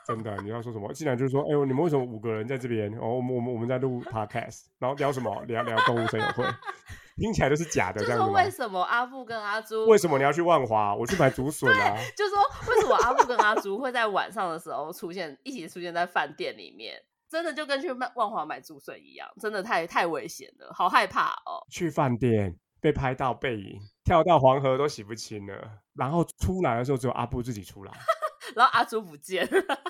真的。你要说什么？竟然就是说，哎呦，你们为什么五个人在这边？哦，我们我们我们在 <laughs> 录 podcast，然后聊什么？聊聊动物森友会，听起来就是假的就这样说子为吗？什么阿布跟阿朱为，什么你要去万华？我去买竹笋啊！就说为什么阿布跟阿朱会在晚上的时候出现，一起出现在饭店里面，真的就跟去万万华买竹笋一样，真的太太危险了，好害怕哦。去饭店被拍到背影，跳到黄河都洗不清了。然后出来的时候只有阿布自己出来，然后阿朱不见了。 <laughs>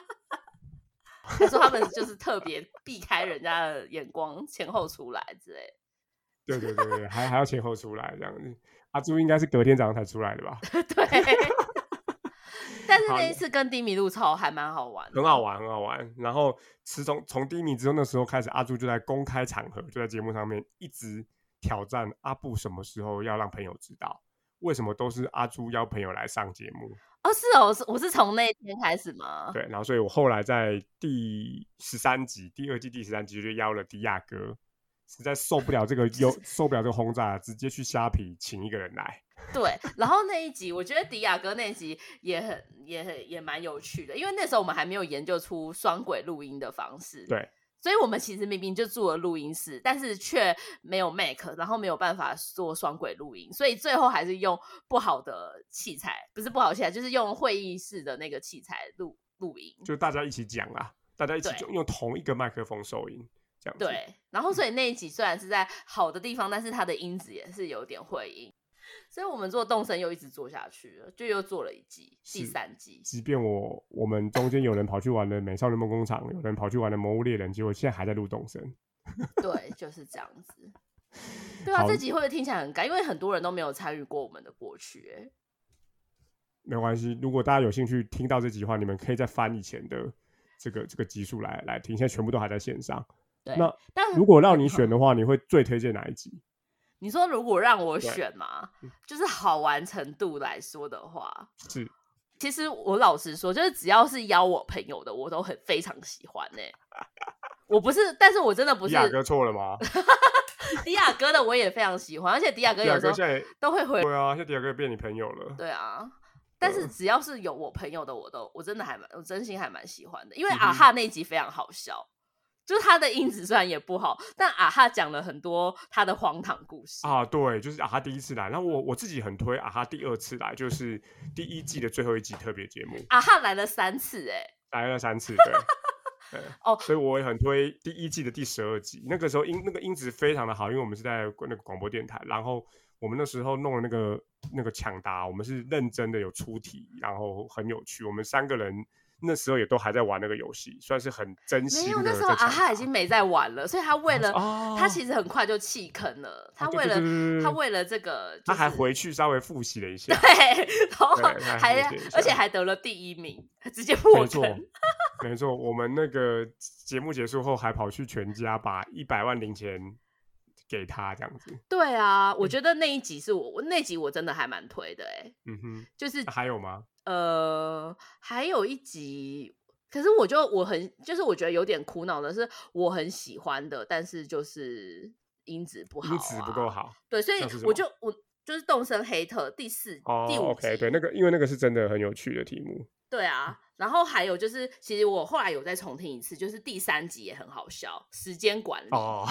他说他们就是特别避开人家的眼光，前后出来之类。对对对对，还还要前后出来这样子。阿朱应该是隔天早上才出来的吧？ <laughs> 对，但是好那一次跟低迷路超还蛮好玩的，很好玩，很好玩。然后是从从低迷之后那时候开始，阿朱就在公开场合，就在节目上面一直挑战阿布什么时候要让朋友知道，为什么都是阿朱邀朋友来上节目。哦。是哦，是我是从那一天开始吗？对，然后所以我后来在第十三集，第二季第十三集就邀了迪亚哥。实在受不了 <laughs> 这个有受不了这个轰炸，直接去虾皮请一个人来。对，然后那一集我觉得迪亚哥那一集也很也很也蛮有趣的，因为那时候我们还没有研究出双轨录音的方式。对，所以我们其实明明就住了录音室，但是却没有 make，然后没有办法做双轨录音，所以最后还是用不好的器材，不是不好的器材，就是用会议室的那个器材录录音。就大家一起讲啦，大家一起对用用同一个麦克风收音，这样子。对，然后所以那一集虽然是在好的地方，但是它的音质也是有点回音，所以我们做动声又一直做下去了，就又做了一季，第是三季。即便我我们中间有人跑去玩了《美少女梦工厂》，有人跑去玩了《魔物猎人》，结果现在还在录动声。对，就是这样 <laughs> 子。对啊，好这集会不会听起来很干？因为很多人都没有参与过我们的过去、欸。没关系，如果大家有兴趣听到这集的话，你们可以再翻以前的这个这个集数来来听，现在全部都还在线上。对，那但如果让你选的话，你会最推荐哪一集？你说如果让我对嗯选嘛，就是好玩程度来说的话，是其实我老实说，就是只要是邀我朋友的，我都很 <laughs> 非常喜欢呢、我不是，但是我真的不迪是，亚哥错了吗？迪亚哥的我也非常喜欢，而且迪亚哥迪亚有时哥候现在 <laughs> 都会回，对啊，现在迪亚哥变你朋友了。对啊。但是嗯只要是有我朋友的，我都我真的还蛮，我真心还蛮喜欢的，因为嗯哼啊哈那一集非常好笑，就是他的音质虽然也不好，但啊哈讲了很多他的荒唐故事。啊，对，就是啊哈第一次来，然后我我自己很推啊哈第二次来，就是第一季的最后一集特别节目啊哈来了三次、欸，哎，来了三次，对。 <laughs> 对哦所以我也很推第一季的第十二集，那个时候音那个音质非常的好，因为我们是在那个广播电台，然后我们那时候弄了那个那个抢答，我们是认真的有出题，然后很有趣，我们三个人那时候也都还在玩那个游戏，算是很珍没惜有，个那时候在啊抢哈答已经没在玩了，所以他为了、哦他其实很快就弃坑了，他对为对了、对对对他对为了这个、就是，他还回去稍微复习了一下，对，然后对他还还回去一下而且还得了第一名，直接破没错坑。，没错。我们那个节目结束后，还跑去全家把一百万零钱给他，这样子。对啊，我觉得那一集是我我那集我真的还蛮推的哎、嗯哼，就是那还有吗？呃还有一集。可是我就我很就是我觉得有点苦恼的是，我很喜欢的，但是就是音质不好、啊，音质不够好对，所以像是什我么就我就是动身黑特第四、哦。第五集 OK，对，那个因为那个是真的很有趣的题目。对啊。然后还有就是，其实我后来有再重听一次，就是第三集也很好笑，时间管理。哦，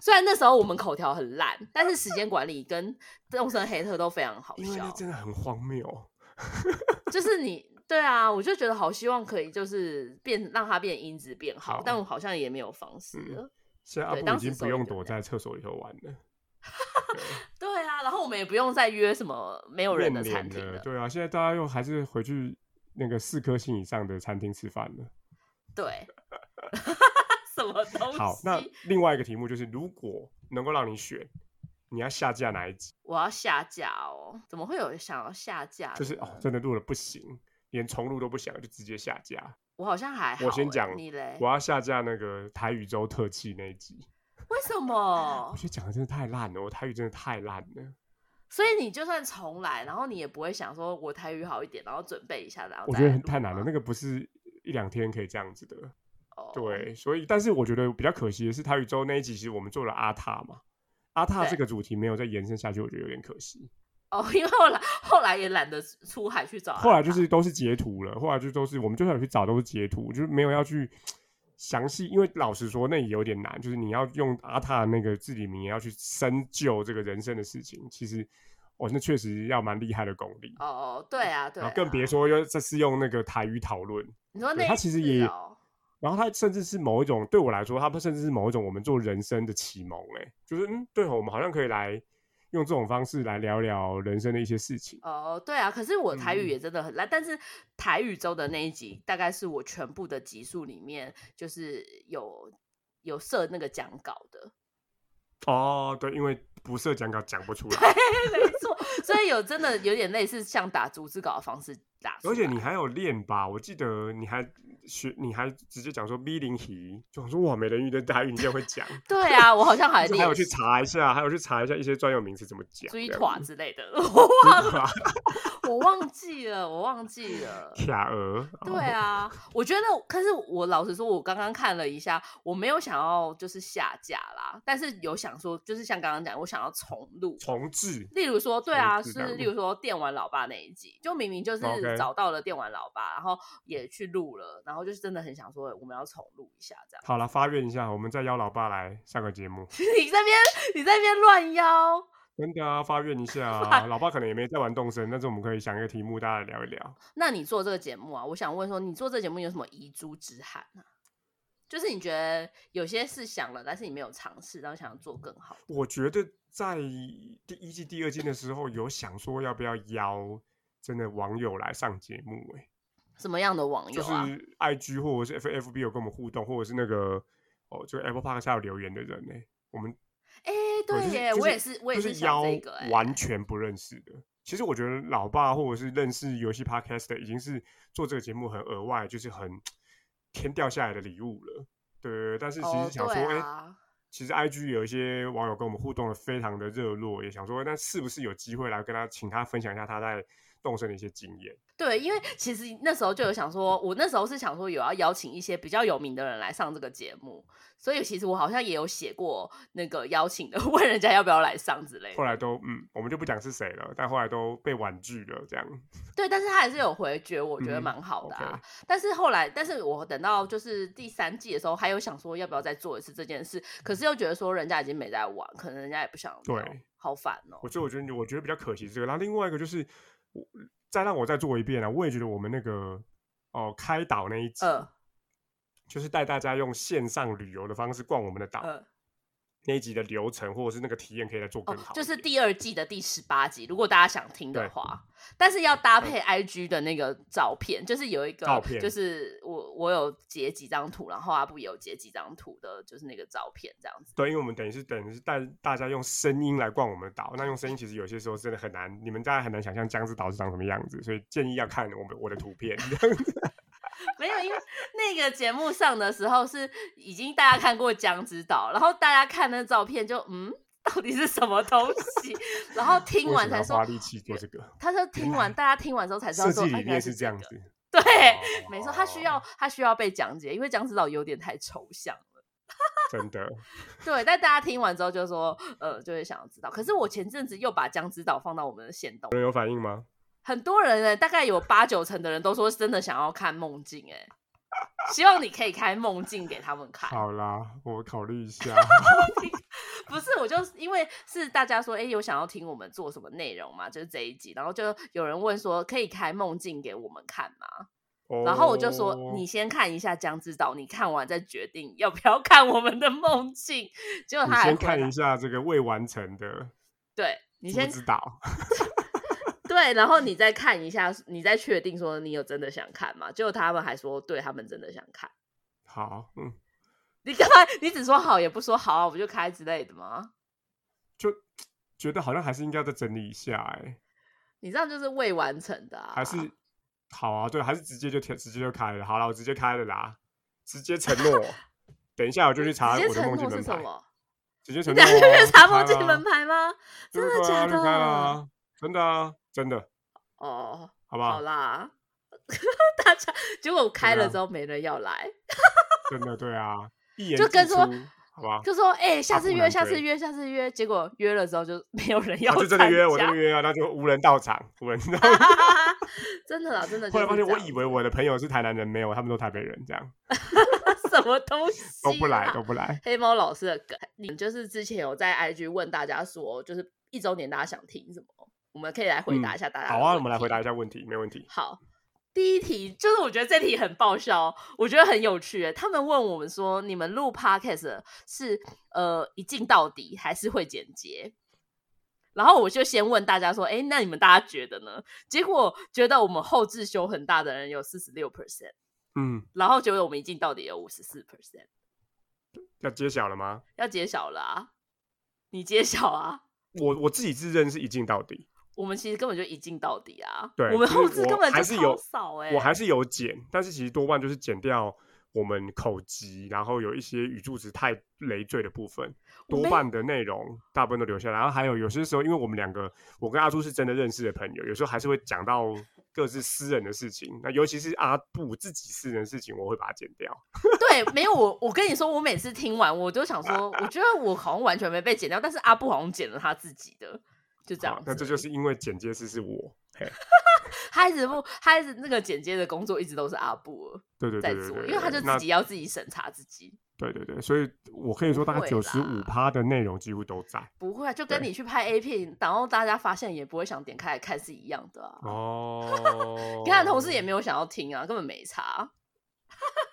虽然那时候我们口条很烂，但是时间管理跟动身黑特都非常好因为那笑。真的很荒谬。就是你对啊，我就觉得好希望可以就是变让它变音质变好，好但我好像也没有方式嗯了。现在阿对布当已时经手不也用就躲这在厕所里头玩了，对啊，然后我们也不用再约什么没有人的变餐脸厅了。了。对啊，现在大家又还是回去那个四颗星以上的餐厅吃饭了。 <laughs> 对，什么东西？好，那另外一个题目就是，如果能够让你选，你要下架哪一集？我要下架哦！怎么会有想要下架的呢？就是哦，真的录了不行，连重录都不想，就直接下架。我好像还好欸、我先讲你嘞，我要下架那个台语周特辑那一集，为什我么 <laughs> 觉？得讲的真的太烂了，我台语真的太烂了。所以你就算重来，然后你也不会想说我台语好一点，然后准备一下，然后我再觉得来很录太难吗了，那个不是一两天可以这样子的。哦对，所以但是我觉得比较可惜的是台语周那一集，其实我们做了阿塔嘛，阿塔对这个主题没有再延伸下去，我觉得有点可惜。哦，因为后来后来也懒得出海去找哦阿塔，后来就是都是截图了，后来就都是我们就算有去找都是截图，就是没有要去详细，因为老实说那也有点难，就是你要用阿塔那个至理名言要去深究这个人生的事情，其实哦那确实要蛮厉害的功力，哦哦，对啊对然啊，后更别说又这是用那个台语讨论，你说对那他一其实次也哦然后它甚至是某一种对我来说，它甚至是某一种我们做人生的启蒙、欸，哎，就是嗯对哦，我们好像可以来。用这种方式来聊聊人生的一些事情，哦对啊，可是我台语嗯也真的很烂，但是台语周的那一集大概是我全部的集数里面就是有有设那个讲稿的， <laughs> 哦，对，因为不设讲稿讲不出来，没错，所以有真的有点类似像打逐字稿的方式打出来，而且你还有练吧？我记得你还学，你还直接讲说 B 零题，就想说哇，美人鱼的台语你竟然会 <laughs> 讲，对啊，我好像还就还有练去查一下，还有去查一下一些专有名词怎么讲。追这样团子之类的， <laughs> 我忘追团 <laughs> 我忘记了，我忘记了。卡鹅，对哦，啊，我觉得，可是我老实说，我刚刚看了一下，我没有想要就是下架啦，但是有想说，就是像刚刚讲，我想要重录。重置例如说，对啊，重就置这样是例如说电玩老爸那一集，就明明就是 OK 找到了电玩老爸，然后也去录了，然后就是真的很想说我们要重录一下这样。 <laughs> 好了，发愿一下，我们再邀老爸来上个节目。你这边你这边乱邀，真的啊，发愿一下啊！老爸可能也没在玩动身，但是我们可以想一个题目，大家来聊一聊。那你做这个节目啊，我想问说，你做这个节目有什么遗珠之憾啊？就是你觉得有些事想了，但是你没有尝试，然后想要做更好。我觉得在第一季、第二季的时候，有想说要不要邀真的网友来上节目、欸，什么样的网友就是啊？ IG 或者是 F F B 有跟我们互动，或者是那个哦，就 Apple Park 下有留言的人欸呢、我们哎、对对就是耶，就是我也是，我也就是想邀这个、哎，完全不认识的。其实我觉得老爸或者是认识游戏 Podcast 的，已经是做这个节目很额外，就是很天掉下来的礼物了。对对对，但是其哦实想说，对哎、啊其实 IG 有一些网友跟我们互动的非常的热络，也想说，那是不是有机会来跟他请他分享一下他在动身的一些经验。对，因为其实那时候就有想说，我那时候是想说有要邀请一些比较有名的人来上这个节目，所以其实我好像也有写过那个邀请的， <laughs> 问人家要不要来上之类的后。来都嗯，我们就不讲是谁了，但后来都被婉拒了，这样。对，但是他还是有回绝，我觉得嗯蛮好的啊。 OK 但是后来，但是我等到就是第三季的时候，还有想说要不要再做一次这件事，可是又觉得说人家已经没在玩，可能人家也不想聊对，好烦哦、我所以我觉得我觉得比较可惜是这个。然后另外一个就是，我再让我再做一遍啊，我也觉得我们那个哦、开岛那一集，呃就是带大家用线上旅游的方式逛我们的岛、呃，那一集的流程或者是那个体验，可以再做更哦好一点、，就是第二季的第十八集，如果大家想听的对嗯话，但是要搭配 IG 的那个照片，就是有一个照片就是我我有截几张图，然后阿布也有截几张图的，就是那个照片这样子。对，因为我们等于是等于是带大家用声音来逛我们的岛，那用声音其实有些时候真的很难，你们大家很难想象江之岛是长什么样子，所以建议要看我们我的图 <laughs> 片。这样子没有，因为那个节目上的时候是已经大家看过《江之岛》，然后大家看那照片就嗯， <laughs> 到底是什么东西？然后听为完什么才要说花，力气做这个，他说听完大家听完之 <laughs> 后才知道设说，计啊理原来念是这样个。子。 <laughs> 对，哦没错，他需要他需要被讲解，因为《江之岛》有点太抽象了。真的，对，但大家听完之后就说，呃，就会想要知道。可是我前阵子又把《江之岛》放到我们的线动，有人有反应吗？很多人呢，大概有八九成的人都说真的想要看梦境，哎，希望你可以开梦境给他们看。好啦，我考虑一下。不是，我就是因为是大家说，哎、有想要听我们做什么内容嘛？就是这一集，然后就有人问说，可以开梦境给我们看吗？ <laughs> 然后我就说哦，你先看一下《江之岛》，你看完再决定要不要看我们的梦境。结果你他还先回看答一，下这个未完成的对你先知道， <laughs> 对，然后你再看一下，你再确定说你有真的想看吗？结果他们还说，对他们真的想看。好，嗯，你干嘛？你只说好也不说好啊，我们就开之类的吗？就觉得好像还是应该再整理一下、欸，你这样就是未完成的、啊，还是好啊，对，还是直接就直接就开了，好了，我直接开了啦，直接承诺，等一下我就去查直接我的承梦境诺门是什牌，么？直接你承诺等哦、下就去查梦境就开啦门，牌吗？就真的开假啦就开的？啦真的啊，真的，哦，好不好好？啦， <laughs> 大家结果我开了样之后没人要来，真的对啊，一言就跟既说出，好啊吧。就说哎、下次哦不约，能下次追约，下次约。结果约了之后就 <laughs> 没有人要啊，参加，就真的约，我真的约啊，那就无人到场，无人到场。 <laughs> 真的啦，真的。后来发现，我以以为我的朋友是台南人，没有，他们都台北人，这样 <laughs> 什么东西、啊、都不来，都不来。黑猫老师的梗，你就是之前有在 IG 问大家说，就是一周年大家想听什么？我们可以来回答一下大家、好啊，我们来回答。答一下问题，没问题。好，第一题就是我觉得这题很爆笑，我觉得很有趣耶。欸他们问我们说，你们录 podcast 是呃一镜到底，还是会剪接？然后我就先问大家说，哎，那你们大家觉得呢？结果觉得我们后置修很大的人有四十六 percent，嗯，然后觉得我们一镜到底有五十四 percent，要揭晓了吗？要揭晓了啊！你揭晓啊！我我自己自认是一镜到底，我们其实根本就一镜到底啊！对我们就是后置我根本就还是有超少哎、我还是有剪，但是其实多半就是剪掉我们口疾，然后有一些语助词太累赘的部分，我没多半的内容大部分都留下来。然后还有有些时候，因为我们两个，我跟阿朱是真的认识的朋友，有时候还是会讲到各自私人的事情。那尤其是阿布自己私人的事情，我会把它剪掉。对，没有我，我跟你说，我每次听完，我就想说，我觉得我好像完全没被剪掉，但是阿布好像剪了他自己的，就这样好子。那这就是因为剪接师是我。嘿他一直不，他一直那个剪接的工作一直都是阿布对对在对对做，对，因为他就对那自己要自己审查自己。对对对，所以我可以说大概不九会十五啦趴的内容几乎都在。不会啊，就跟对你去拍 A 片，然后大家发现也不会想点开来看是一样的啊。嗯哦 <laughs> 你看，同事也没有想要听啊，根本没差。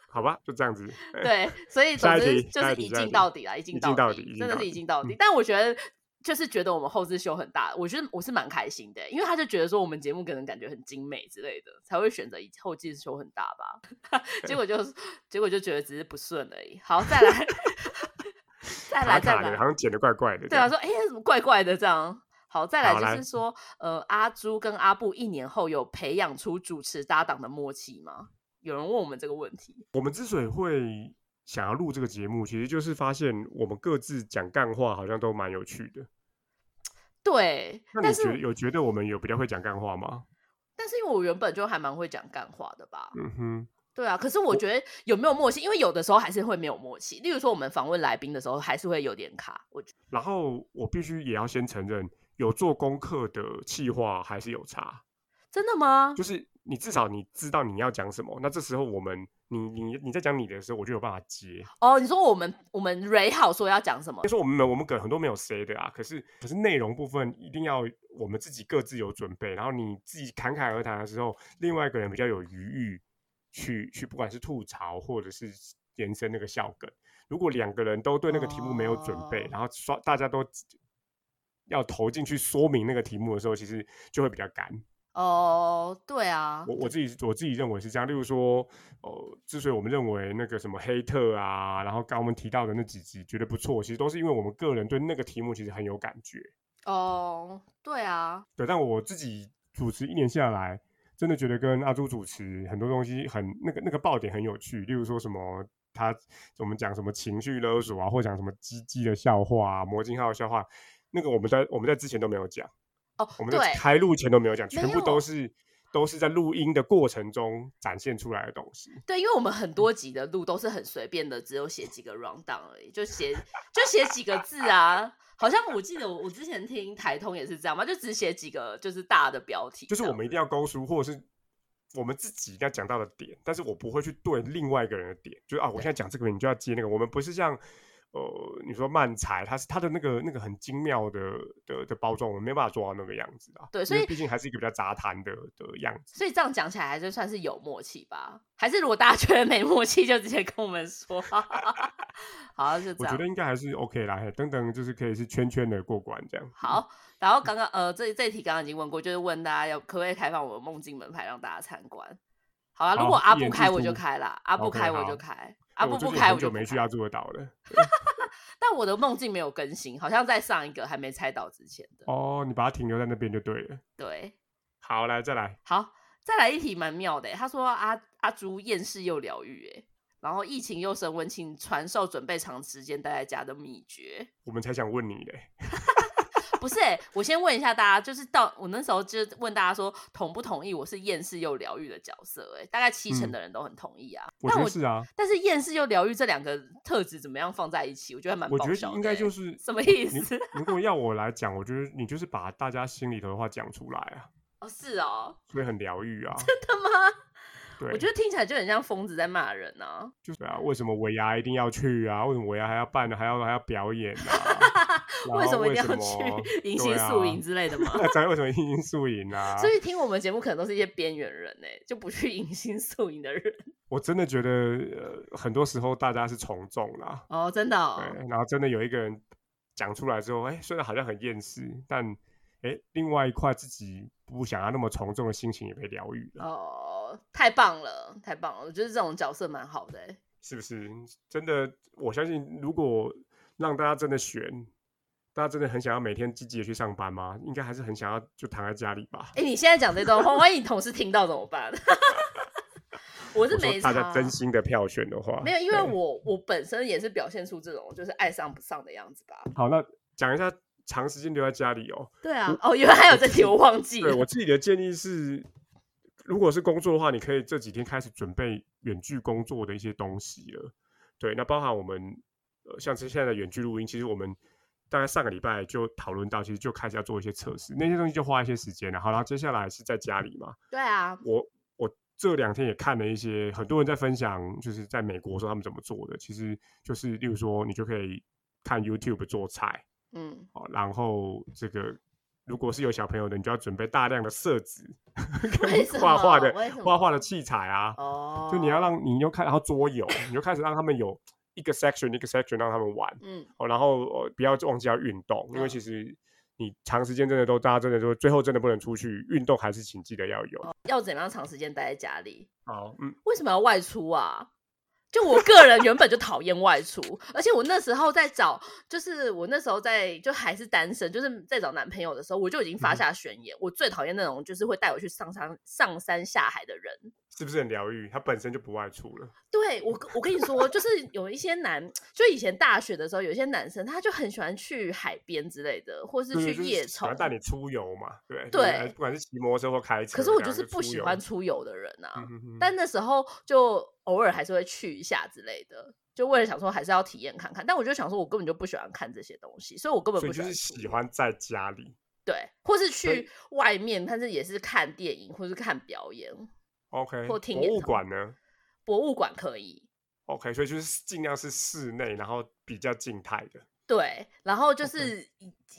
好吧，就这样子。 <laughs> 哎，对，所以总下一之题就下是一题一下一镜题到底啦，一镜一镜到底底一，真镜的到是一底镜到底嗯。但我觉得就是觉得我们后置修很大，我觉得我是蛮开心的，因为他就觉得说我们节目可能感觉很精美之类的，才会选择以后置修很大吧。 <laughs> 结果就是结果就觉得只是不顺而已。好，<laughs> 再来，再卡来，再卡的，来好。像剪的怪怪的。对啊，，说哎、诶怎么怪怪的这样。好，再好来就来是说，呃，阿朱跟阿布一年后有培养出主持搭档的默契吗？有人问我们这个问题。我们之所以会想要录这个节目，其实就是发现我们各自讲干话好像都蛮有趣的。对，那但你觉得是有觉得我们有比较会讲干话吗？但是因为我原本就还蛮会讲干话的吧，嗯哼，对啊，可是我觉得有没有默契？因为有的时候还是会没有默契。例如说，我们访问来宾的时候，还是会有点卡。我觉得然后我必须也要先承认，有做功课的企划还是有差，真的吗？就是你至少你知道你要讲什么，那这时候我们你你你在讲你的时候，我就有办法接。哦，你说我们我们蕊好说要讲什么就，说我们没有我们梗很多没有 say 的啊，可是可是内容部分一定要我们自己各自有准备，然后你自己侃侃而谈的时候，另外一个人比较有余裕去去不管是吐槽或者是延伸那个笑梗。如果两个人都对那个题目没有准备，哦然后刷大家都要投进去说明那个题目的时候，其实就会比较干。哦，对啊，我我自己我自己认为是这样。例如说，呃，之所以我们认为那个什么黑特啊，然后刚刚我们提到的那几集觉得不错，其实都是因为我们个人对那个题目其实很有感觉。哦，对啊，对，但我自己主持一年下来，真的觉得跟阿朱主持很多东西很那个那个爆点很有趣，例如说什么。他我们讲什么情绪勒索啊，或讲什么鸡鸡的笑话啊、魔镜号的笑话，那个我们在我们在之前都没有讲，哦我，们在对，开录前都没有讲，没全部都有是都是在录音的过程中展现出来的东西。对，因为我嗯们很多集的路都是很随便的，只有写几个 round down 而已，就写就写几个字啊。好像我记得我我之前听台通也是这样嘛，就只写几个就是大的标题这就样，是我们一定要勾出，或者是我们自己要讲到的点，但是我不会去对另外一个人的点，就是啊，我现在讲这个，你就要接那个。我们不是像呃，你说漫才，它是它的那个那个很精妙的的的包装，我们没有办法做到那个样子啊。对因所为以毕竟还是一个比较杂谈的的样子。所以这样讲起来，还是算是有默契吧？还是如果大家觉得没默契，就直接跟我们说。 <laughs> 好，就这我觉得样。应该还是 OK 啦，嘿等等就是可以是圈圈的过关这样。好，然后刚刚呃，这这题刚刚已经问过，就是问大家要可不可以开放我们梦境门牌让大家参观。好啊，如好果阿一布言既开我出就开啦，阿布 OK，开我好就开，阿对布我最啊不近开很我就久不没去啊开阿朱的岛了。但我的梦境没有更新，好像在上一个还没猜到之前的。哦，你把它停留在那边就对了。对，好，来再来。好，再来一题蛮妙的欸，他说阿阿朱厌世又疗愈，哎，然后疫情又升温，请传授准备长时间待在家的秘诀。我们才想问你嘞，不是、欸，我先问一下大家，就是到我那时候就是问大家说同不同意我是厌世又疗愈的角色、欸？哎，大概七成嗯的人都很同意啊。我但觉得我是啊，但是厌世又疗愈这两个特质怎么样放在一起？我觉得还蛮我爆觉笑得的应该欸就是什么意你思？如果要我来讲，我觉得你就是把大家心里头的话讲出来啊，哦，是哦，所以很疗愈啊。 <laughs> 真的吗？对，我觉得听起来就很像疯子在骂人啊。就是对啊，为什么尾牙一定要去啊？为什么尾牙还要办呢？还要还要表演啊？然为什后么为一定什要么去对迎新宿营啊？之类的吗？ <laughs> 那咱为什么迎新宿营啊？所以听我们节目可能都是一些边缘人哎、就不去迎新宿营的人我真的觉得，呃，很多时候大家是从众啦， <laughs> 哦，真的、哦。对，然后真的有一个人讲出来之后，哎，虽然好像很厌世，但哎，另外一块自己不想要那么从众的心情也被疗愈了。哦，太棒了，太棒了！我觉得这种角色蛮好的、欸。是不是？真的，我相信如果让大家真的选，大家真的很想要每天积极的去上班吗？应该还是很想要就躺在家里吧。哎、你现在讲这段话，万一你同事听到怎么办？ <laughs> 我是我没说差啊大家真心的票选的话，没有，因为对我我本身也是表现出这种就是爱上不上的样子吧。好，那讲一下长时间留在家里哦。对啊，哦，原来还有这题，我忘记对了。我自己的建议是，如果是工作的话，你可以这几天开始准备远距工作的一些东西了。对，那包含我们呃，像是现在的远距录音，其实我们大概上个礼拜就讨论到，其实就开始要做一些测试，那些东西就花一些时间了。好，然后接下来是在家里嘛，对啊，我我这两天也看了一些很多人在分享，就是在美国说他们怎么做的，其实就是例如说，你就可以看 YouTube 做菜，嗯，哦，然后这个如果是有小朋友的，你就要准备大量的色纸 <laughs> 为跟什么画画的为什么画画的器材啊，哦，就你要让你又开，然后桌游，你就开始让他们有一个 section 一个 section 让他们玩嗯，哦，然后呃不要忘记要运动，因为嗯其实你长时间真的都大家真的都最后真的不能出去运动，还是请记得要有。要怎么样长时间待在家里？好，嗯，为什么要外出啊？就我个人原本就讨厌外出，而且我那时候在找，就是我那时候在就还是单身，就是在找男朋友的嗯时候，我就已经发下宣言，我最讨厌那种就是会带我去上山上山下海的人。是不是很疗愈？他本身就不外出了，对我跟，我跟你说，就是有一些男，就以前大学的时候，有一些男生他就很喜欢去海边之类的，或是对去就是夜喜欢冲。带你出游嘛，对对就是呃不管是骑摩托车或开车，可是我这就样是不出喜游欢，出游的人啊，嗯哼哼但那时候就偶尔还是会去一下之类的，就为了想说还是要体验看看。但我就想说，我根本就不喜欢看这些东西，所以我根本所以不喜就是欢出喜游欢在家里。对，或是所以去外面，但是也是看电影或是看表演， OK，或听博演物唱馆呢博物馆可以。 ？OK，所以就是尽量是室内，然后比较静态的。对，然后就 OK 是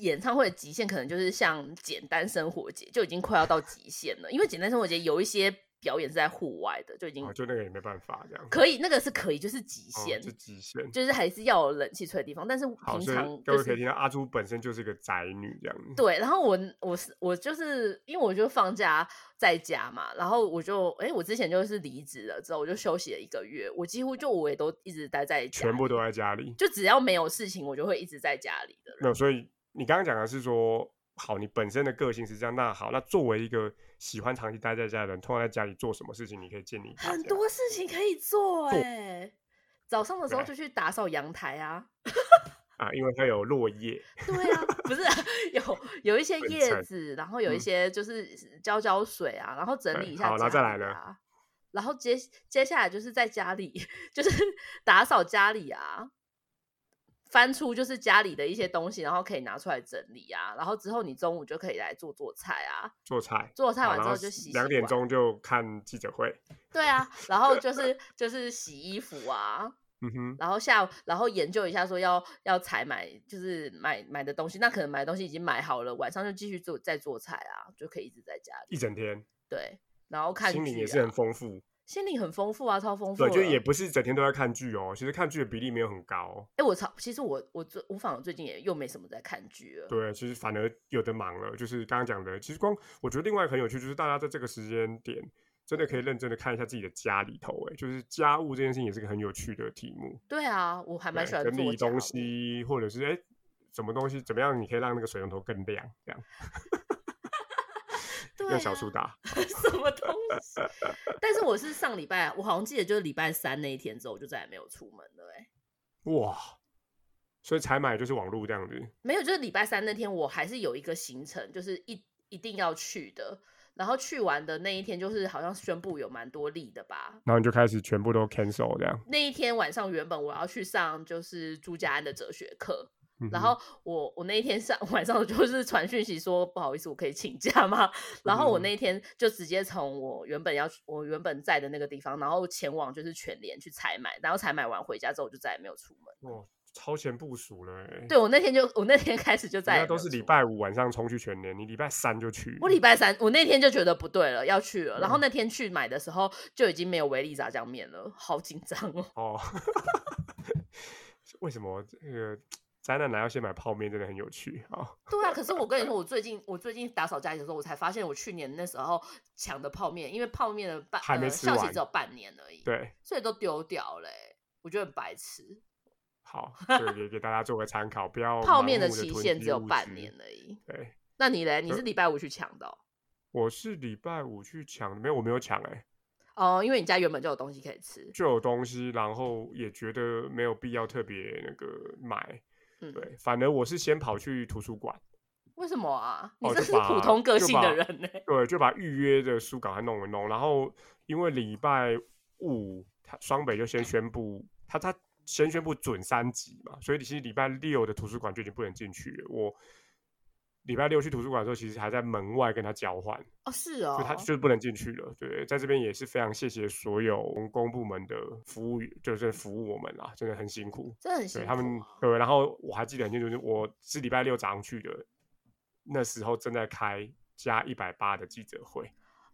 演唱会的极限可能就是像简单生活节就已经快要到极限了，因为简单生活节有一些表演是在户外的，就已经哦，就那个也没办法这样。可以，那个是可以，就是极哦限，就极限。就是还是要有冷气吹的地方，但是好，平所以常各位就可以是。听到阿朱本身就是一个宅女这样子。对，然后我我是我就是因为我就放假在家嘛，然后我就哎，我之前就是离职了之后，我就休息了一个月，我几乎就我也都一直待在家全部都里在家里。就只要没有事情，我就会一直在家里的人。没有，所以你刚刚讲的是说，好，你本身的个性是这样，那好，那作为一个喜欢长期待在家的人，通常在家里做什么事情，你可以建议大很家多事情可以做哎、做早上的时候对就去打扫阳台啊，啊，因为它有落叶，对啊， <laughs> 不是有有一些粉叶尘子，然后有一嗯些就是浇浇水啊，然后整对理一下好然后家再来里呢啊，然后接接下来就是在家里 <laughs> 就是打扫家里啊，翻出就是家里的一些东西，然后可以拿出来整理啊，然后之后你中午就可以来做做菜啊，做菜，做菜好完然之后后就洗洗两点碗钟就看记者会，对啊，然后就是就是洗衣服啊，嗯哼，然后下午，然后研究一下说要要采买，就是买买的东西，那可能买的东西已经买好了，晚上就继续做再做菜啊，就可以一直在家里一整天，对，然后看剧、心啊、灵也是很丰富，心灵很丰富啊，超丰富对，的。就也不是整天都在看剧哦，其实看剧的比例没有很高哦、哎，我超其实我我最无妨，我最近也又没什么在看剧了。对，其实反而有的忙了，就是刚刚讲的，其实光我觉得另外一个很有趣，就是大家在这个时间点，真的可以认真的看一下自己的家里头、哎，就是家务这件事情也是个很有趣的题目，对啊，我还蛮对喜欢整做理家务东。西，或者是哎、什么东西怎么样，你可以让那个水龙头更亮，这样对、啊，用小苏打。 <laughs> 什么东 <laughs> 西？但是我是上礼拜，我好像记得就是礼拜三那一天之后，我就再也没有出门了、哎，哇，所以采买就是网络这样子，没有，就是礼拜三那天，我还是有一个行程，就是一一定要去的。然后去完的那一天，就是好像宣布有蛮多例的吧。然后你就开始全部都 cancel 这样，那一天晚上，原本我要去上就是朱家安的哲学课，嗯然哼后我我那一天上 <laughs> 晚上就是传讯息说不好意思，我可以请假吗？ <laughs> 然后我嗯那一天就直接从我原本要去我原本在的那个地方，然后前往就是全联去采买，然后采买完回家之后，我就再也没有出门。哇，超前部署了、哎，对我那天就我那天开始就再人家也没都有是出礼门拜五晚上冲去全年，你礼拜三就去，我礼拜三，我那天就觉得不对了，要去了。然后那天去买的时候，就已经没有维力炸酱面了，好紧张哦。哦， <laughs> 为什么这个灾难来要先买泡面真的很有趣啊、哦？对啊，可是我跟你说，我最近我最近打扫家里的时候，我才发现我去年那时候抢的泡面，因为泡面的半还没呃吃效期完只有半年而已，，对，所以都丢掉嘞、我觉得很白痴。好，这个也给大家做个参考，不要 <laughs> 泡盲哦面的目地期囤限积只有物半资年。而已。对，那你嘞？你呃是礼拜五去抢的哦我是礼拜五去抢，没有，我没有抢、欸，哎，哦，因为你家原本就有东西可以吃。就有东西，然后也觉得没有必要特别那个买，嗯，对，反而我是先跑去图书馆，为什么啊？你哦这就是把普通个就性把的人呢、对，就把预约的书赶快弄一弄。然后因为礼拜五，他双北就先宣布，他他先宣布准三级嘛，所以其实礼拜六的图书馆就已经不能进去了。我礼拜六去图书馆的时候，其实还在门外跟他交换，哦，是所哦以，他就是不能进去了。对，在这边也是非常谢谢所有公部门的服务，就是服务我们啦，真的很辛苦。真的很辛对苦、他们，对，然后我还记得很清楚，就是我是礼拜六早上去的，那时候正在开加一百八的记者会，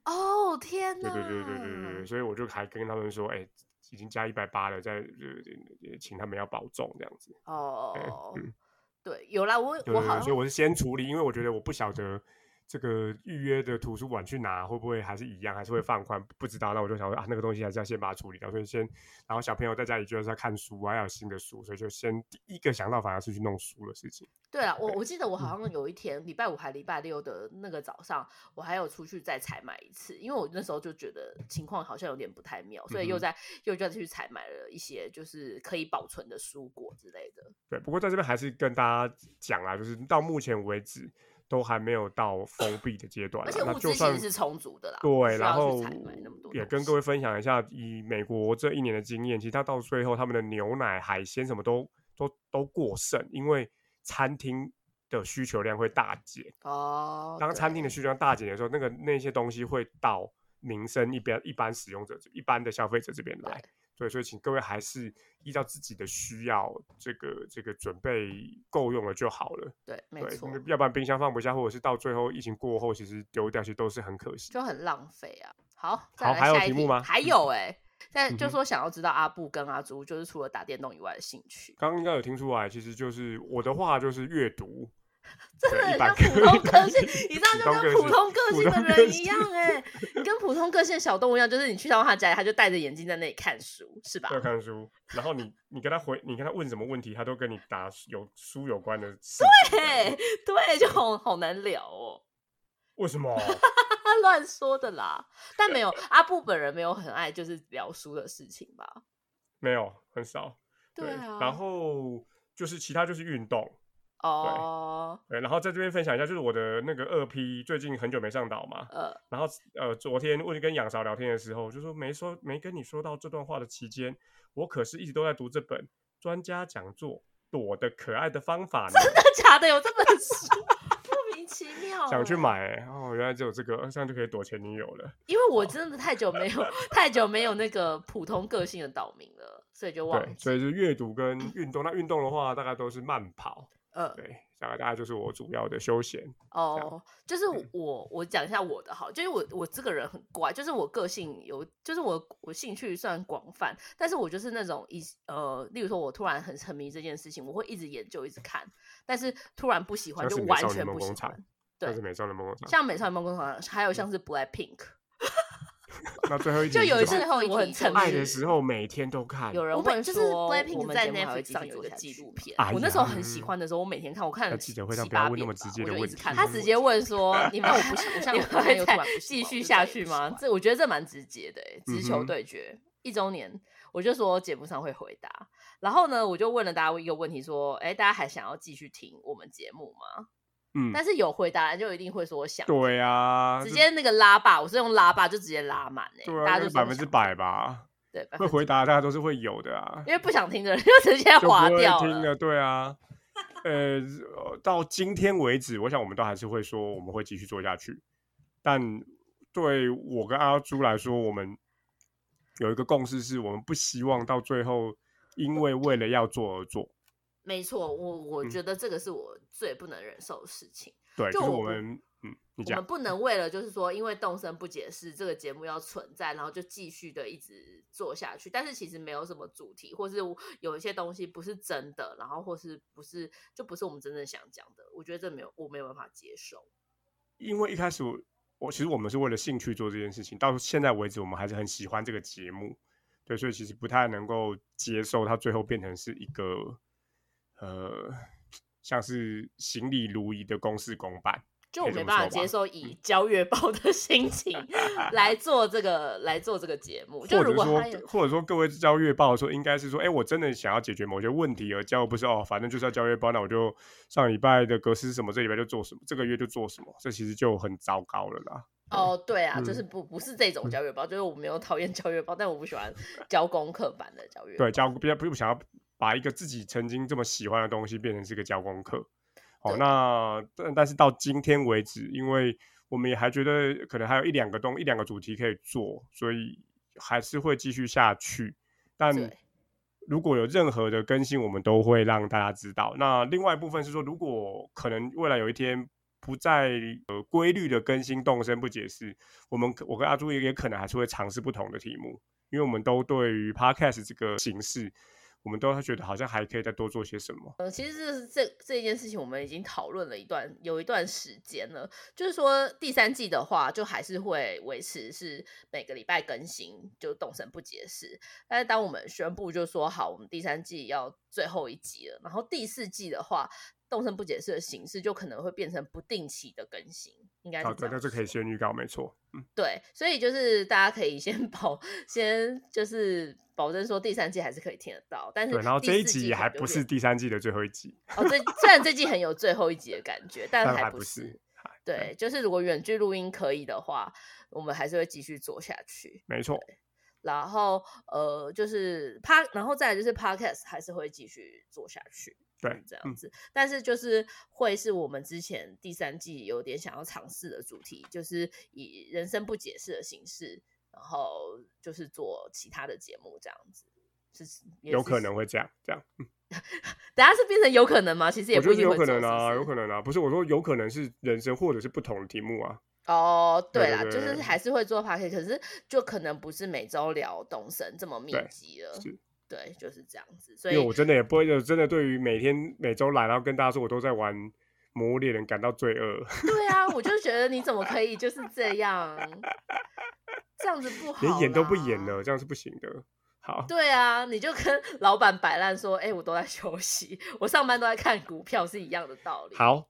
哦天对呐！对对对对对对，所以我就还跟他们说，哎、已经加一百八了，再呃请他们要保重这样子。哦，嗯 <laughs> 对，有啦，我对呃我对好对，所以像我是先处理，因为我觉得我不晓得这个预约的图书馆去拿，会不会还是一样，还是会放宽？不知道。那我就想说啊，那个东西还是要先把它处理掉，所以先，然后小朋友在家里就是要看书啊，要有新的书，所以就先第一个想到反而是去弄书的事情。对啊， <laughs> 我我记得我嗯好像有一天礼拜五还礼拜六的那个早上，我还有出去再采买一次，因为我那时候就觉得情况好像有点不太妙，嗯所以又在、又再去采买了一些就是可以保存的蔬果之类的。对，不过在这边还是跟大家讲啦，就是到目前为止都还没有到封闭的阶段啦，而且那物就资其算实是充足的啦，不对，需然要去后采买那么多也东跟西各位分享一下，以美国这一年的经验，其实它到最后他们的牛奶、海鲜什么都都都过剩，因为餐厅的需求量会大减。哦，当餐对厅的需求量大减的时候，那个那些东西会到民生一边一般使用者、一般的消费者这边来对。对，所以请各位还是依照自己的需要，这个这个准备够用了就好了。对，没对错，，要不然冰箱放不下，或者是到最后疫情过后，其实丢掉其实都是很可惜的。就很浪费啊。好，再好来还有下一题目题吗还有哎、但嗯就哼说想要知道阿布跟阿朱，就是除了打电动以外的兴趣，刚刚应该有听出来，其实就是我的话就是阅读，真的对很一般像普通个性，你普知道就通跟个性普普通个性的通人个一性样哎、你跟普通个性的小动物一样，就是你去到他家里，他就戴着眼镜在那里看书，是吧？要看书，然后你你跟他回，你跟他问什么问题，他都跟你答有书有关的事。对对，就好好难聊哦。为什么？他乱说的啦，但没有阿布本人没有很爱就是聊书的事情吧？没有，很少。啊，然后就是其他就是运动。哦，对，然后在这边分享一下，就是我的那个二 P 最近很久没上岛嘛，呃， <laughs> 然后呃，昨天我就跟养嫂聊天的时候，就说没说没跟你说到这段话的期间，我可是一直都在读这本专家讲座《躲的可爱的方法》呢。真的假的有这本书， <laughs> 莫名其妙、想去，买、欸，哦，原来只有这个，呃这样就可以躲前女友了。因为我真的太久没有太久没有那个普通个性的岛民了，所以就忘对，了。所以就是阅读跟运动。那运动的话，大概都是慢跑，呃，对，大概大概就是我主要的休闲。哦，就是嗯我我讲一下我的好，就是我我这个人很怪，就是我个性有，就是我我兴趣算广泛，但是我就是那种一呃，例如说我突然很沉迷这件事情，我会一直研究一直看，但是突然不喜欢像就是美完少女全梦不工喜厂嗯欢。但对是美少女梦工厂。像美少女梦工厂，还有像是 Black Pink，那最后一就点有一是什次么最后一我题很就沉是迷爱的时候每天都看，有人我问每就是说， Blackpink 我们在节目还会 Netflix 记上得有有一一个个纪剧录嘛片，哎我那时候很呀喜欢的时候，我每天看，我看了那七记者会上七不要八问那遍么吧直接我的就一问直题看他它直接问 <laughs> 说：“你们哎我不喜，我像你我们朋会友突再然不喜继续欢我就下再也去不吗喜？欢这我觉得这蛮直接的、欸，直嗯球哼对决、一周年，我就说节目上会回答。然后呢，我就问了大家一个问题，说：哎，大家还想要继续听我们节目吗？嗯，但是有回答就一定会说想，对啊，直接那个拉霸，我是用拉霸就直接拉满哎、这对大啊，家就就是百分之百，吧，对，会百分之回答大家都是会有的啊，因为不想听的人就直接就不划会掉听了。了，对啊。呃，到今天为止，我想我们都还是会说我们会继续做下去，但对我跟阿朱来说，我们有一个共识是，我们不希望到最后因为为了要做而做，没错，我我嗯觉得这个是我最不能忍受的事情。对，就就是我我不们，嗯，你我讲们，不能为了就是说，因为动身不解释这个节目要存在，然后就继续的一直做下去。但是其实没有什么主题，或是有一些东西不是真的，然后或是不是就不是我们真正想讲的。我觉得这没有，我没有办法接受。因为一开始我我其实我们是为了兴趣做这件事情，到现在为止我们还是很喜欢这个节目，对，所以其实不太能够接受它最后变成是一个呃像是行礼如仪的公事公办。就可我以这没么办法说吧嗯接受以交月报的 <laughs> 心情来做这个来做这个节目。就或如者果说他有，或者说各位交月报的时候，应该是说，哎，我真的想要解决某些问题而交，不是哦，反正就是要交月报，那我就上礼拜的格式是什么，这礼拜就做什么，这个月就做什么，这其实就很糟糕了啦。哦，对啊，就嗯是不不是这种交月报，就是我没有讨厌交月报，但我不喜欢交功课版的交月报。对，教比较不想要把一个自己曾经这么喜欢的东西变成是个教功课。好，对那但但是到今天为止，因为我们也还觉得可能还有一两个东一两个主题可以做，所以还是会继续下去。但对如果有任何的更新，我们都会让大家知道。那另外一部分是说，如果可能未来有一天不再呃规律的更新动身不解释，我们可我跟阿朱也也可能还是会尝试不同的题目，因为我们都对于 podcast 这个形式我们都会觉得好像还可以再多做些什么。嗯，其实这是这这件事情，我们已经讨论了一段有一段时间了。就是说，第三季的话，就还是会维持是每个礼拜更新，就动神不解释。但是当我们宣布就说好，我们第三季要最后一集了，然后第四季的话，动神不解释的形式就可能会变成不定期的更新，应该是好的，这哦样那就可以先预告，没错。嗯，对，所以就是大家可以先 <laughs> 保，先就是保证说第三季还是可以听得到，嗯但是对。然后第这一四集季也可能还就不变是第三季的最后一集，哦，这 <laughs> 虽然这季很有最后一集的感觉，但但还还不不是。是。啊对，就是如果远距录音可以的话，我们还是会继续做下去。没错，然后呃，就是趴，然后再来就是 podcast 还是会继续做下去。对嗯这样嗯子。但是就是会是我们之前第三季有点想要尝试的主题，就是以人生不解释的形式，然后就是做其他的节目这样子。是也有是可能会这样，这样。等下是变成有可能吗？其实也我觉不一得定有会可做能啊，是不有是可能啊，不是我说有可能是人生或者是不同的题目啊，哦，对对对啦，对就是对还是会做 p a r k e t 可是就可能不是每周聊动身这么密对集了。是对，就是这样子。所因以为我真的也不会，我真的对于每天每周来，然后跟大家说我都在玩《魔物猎人》感到罪恶， <laughs> 对啊，我就觉得你怎么可以就是这样，这样子不好，连演都不演啊了，。这样是不行的。好，对啊，你就跟 <laughs> 老板摆烂说：“哎、我都在休息，我上班都在看股票，是一样的道理。”，好，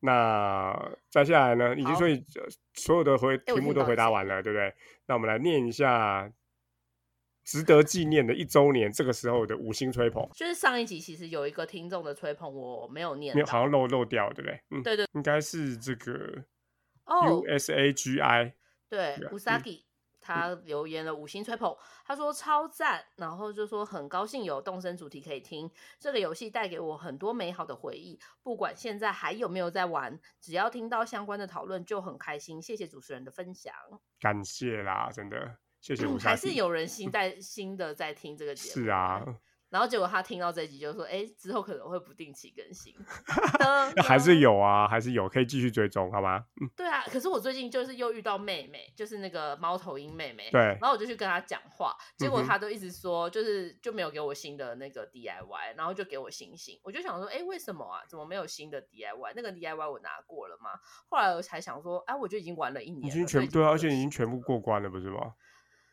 那再下来呢，已经好哎所以呃所有的回我题目听都到回一答些完了，对不对？那我们来念一下值得纪念的一周年，这个时候的五星吹捧，就是上一集其实有一个听众的吹捧，我没有念没有到好像漏漏掉，对不对？嗯，对对，应该是这个哦。 USAGI，对对啊嗯，Usagi 他留言了五星吹捧，他说超赞，然后就说很高兴有动身主题可以听，这个游戏带给我很多美好的回忆，不管现在还有没有在玩，只要听到相关的讨论就很开心。谢谢主持人的分享，感谢啦，真的谢谢吴嗯莎还是蒂有人新在新的在听这个节目，是啊，，然后结果他听到这一集就说，哎，之后可能会不定期更新， <laughs> 还是有。有啊，还是有，可以继续追踪，好吗？嗯，对啊，可是我最近就是又遇到妹妹，就是那个猫头鹰妹妹，对然后我就去跟她讲话，结嗯果哼她都一直说，就是就没有给我新的那个 DIY，然后就给我星星，我就想说，哎，为什么啊？怎么没有新的 DIY？那个 DIY 我拿过了吗？后来我才想说，哎、我就已经玩了一嗯年了，已经所以全就对啊，不而且用已经新全的部了过关了，不是吗？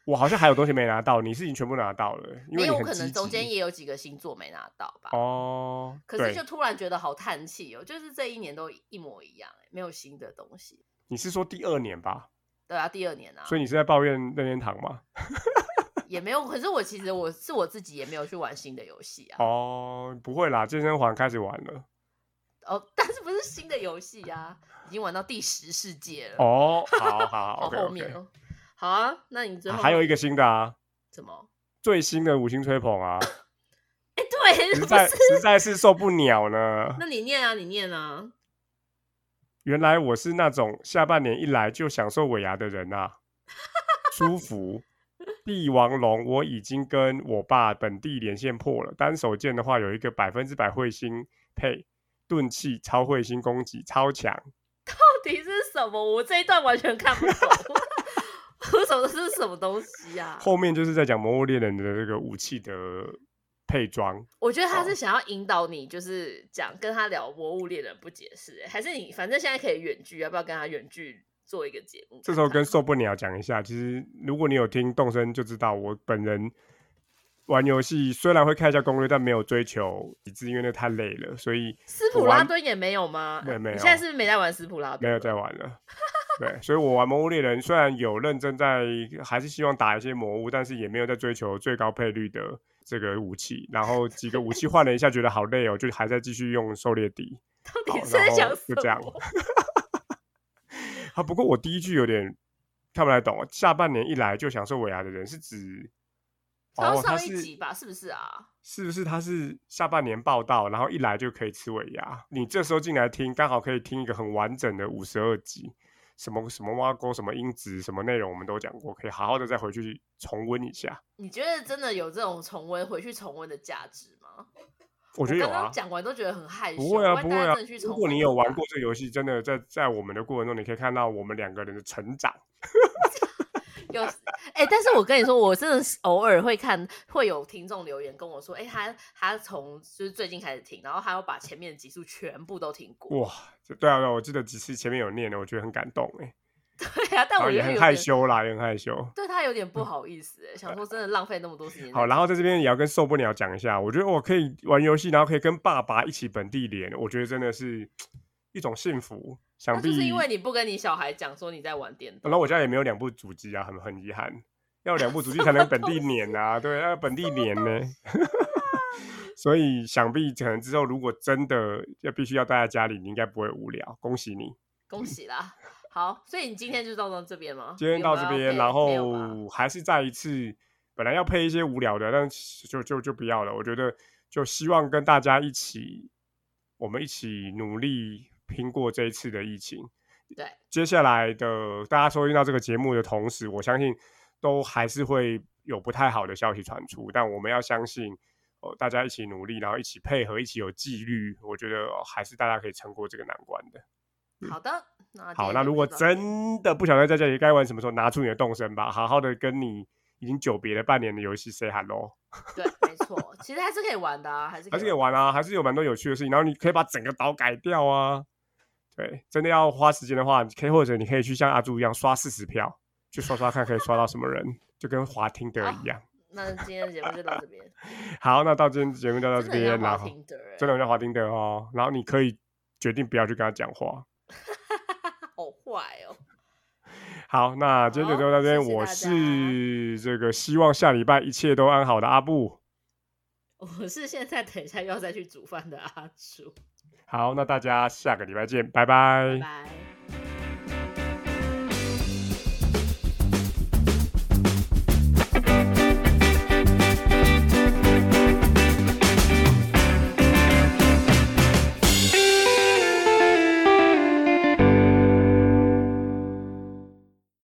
我好像还有东西没拿到，你是已经全部拿到了，因没为有，你我很可积能中间极。也有几个星座没拿到吧。哦，可对是就突然觉得好叹气哦，就是这一年都一模一样、哎，没有新的东西。你是说第二年吧？对啊，第二年啊，所以你是在抱怨任天堂吗？也没有，可是我其实我是我自己也没有去玩新的游戏啊。哦，不会啦，健身环开始玩了。哦，但是不是新的游戏啊，已经玩到第十世界了，哦，好好嗯 <laughs> 好，OK 后面 OK。哦。好啊，那你最后还有一个新的啊，什么？最新的五星吹捧 <laughs> 啊，哎，对，实不在是，实在是受不了 <laughs> 呢。那你念啊，你念啊。原来我是那种下半年一来就享受尾牙的人啊，舒服。帝王龙，我已经跟我爸本地连线破了。单手剑的话，有一个百分之百彗星配钝器超彗星攻击，超强。到底是什么？我这一段完全看不懂， <laughs> 我什么这是什么东西啊？后面就是在讲《魔物猎人》的这个武器的配装，我觉得他是好想要引导你，就是讲跟他聊《魔物猎人》不解释，欸还是你反正现在可以远距，要不要跟他远距做一个节目看看？这时候跟受不了讲一下，其实如果你有听动声就知道，我本人玩游戏虽然会看一下攻略，但没有追求极致，因为那太累了，所以斯普拉敦也没有吗？没没你有现在是不是没在玩斯普拉敦？啊没有在玩了。对，所以我玩《魔物猎人》虽然有认真在，还是希望打一些魔物，但是也没有在追求最高配率的这个武器。然后几个武器换了一下，觉得好累哦，就还在继续用狩猎笛。到底好是在然后想什就这样么？ <laughs> 啊，不过我第一句有点看不太懂。哦下半年一来就享受尾牙的人是指，好哦像，他上一集是吧，是不是啊？是不是他是下半年报道，然后一来就可以吃尾牙？你这时候进来听，刚好可以听一个很完整的五十二集，什么什么挖沟，什么音质，什么内容我们都讲过，可以好好的再回去重温一下。你觉得真的有这种重温回去重温的价值吗？我我觉得有刚刚啊，讲完都觉得很害羞，不会啊，万一不大会家啊真的去。重如温果你有玩的话过，这个游戏，真的在在我们的过程中，你可以看到我们两个人的成长。有哎、但是我跟你说，我真的是偶尔会看，会有听众留言跟我说，哎、他他从就是最近开始听，然后他要把前面的集数全部都听过。哇，就对啊，对啊，我记得几次前面有念的，我觉得很感动哎、对啊，然但我后觉也得有很点害，羞啦，也很害羞。对他有点不好意思、哎，想说真的浪费那么多时间。好，然后在这边也要跟受不了讲一下，我觉得我可以玩游戏，然后可以跟爸爸一起本地连，我觉得真的是一种幸福。想那必就是因为你不跟你小孩讲说你在玩电然，动后我家也没有两部主机啊，很很遗憾，要有两部主机才能本地碾啊，对，要本地碾 <laughs> 呢。啊所以想必可能之后如果真的要必须要待在家里，你应该不会无聊。恭喜你，恭喜啦！好，所以你今天就到到这边吗？今天到这边，然有没有要配没有吧后还是再一次，本来要配一些无聊的，但是就就就不要了。我觉得就希望跟大家一起，我们一起努力拼过这一次的疫情。对，接下来的大家收听到这个节目的同时，我相信都还是会有不太好的消息传出，但我们要相信，哦，大家一起努力，然后一起配合，一起有纪律，我觉得、哦还是大家可以撑过这个难关的。好的，那今好，天那就如果到这边真的不想待在家里，该玩什么时候拿出你的动身吧，好好的跟你已经久别了半年的游戏 say hello，对，没错，其实还是可以玩的啊，还是还是可以玩玩啊，还是有蛮多有趣的事情，然后你可以把整个岛改掉啊。对，真的要花时间的话，你可以或者你可以去像阿朱一样刷四十票，去刷刷看可以刷到什么人，就跟滑听哦德一样。那今天的节目就到这边，好，那到今天节目 <laughs> 就到这真的边，很然好后听的欸，真的叫滑听德哦，然后你可以决定不要去跟他讲话。好坏哦， <laughs> 好，那今天就好到这边，谢谢我大家是这个希望下礼拜一切都安好的阿布。我是现在等一下又要再去煮饭的阿朱，好，那大家下个礼拜见，拜拜拜拜。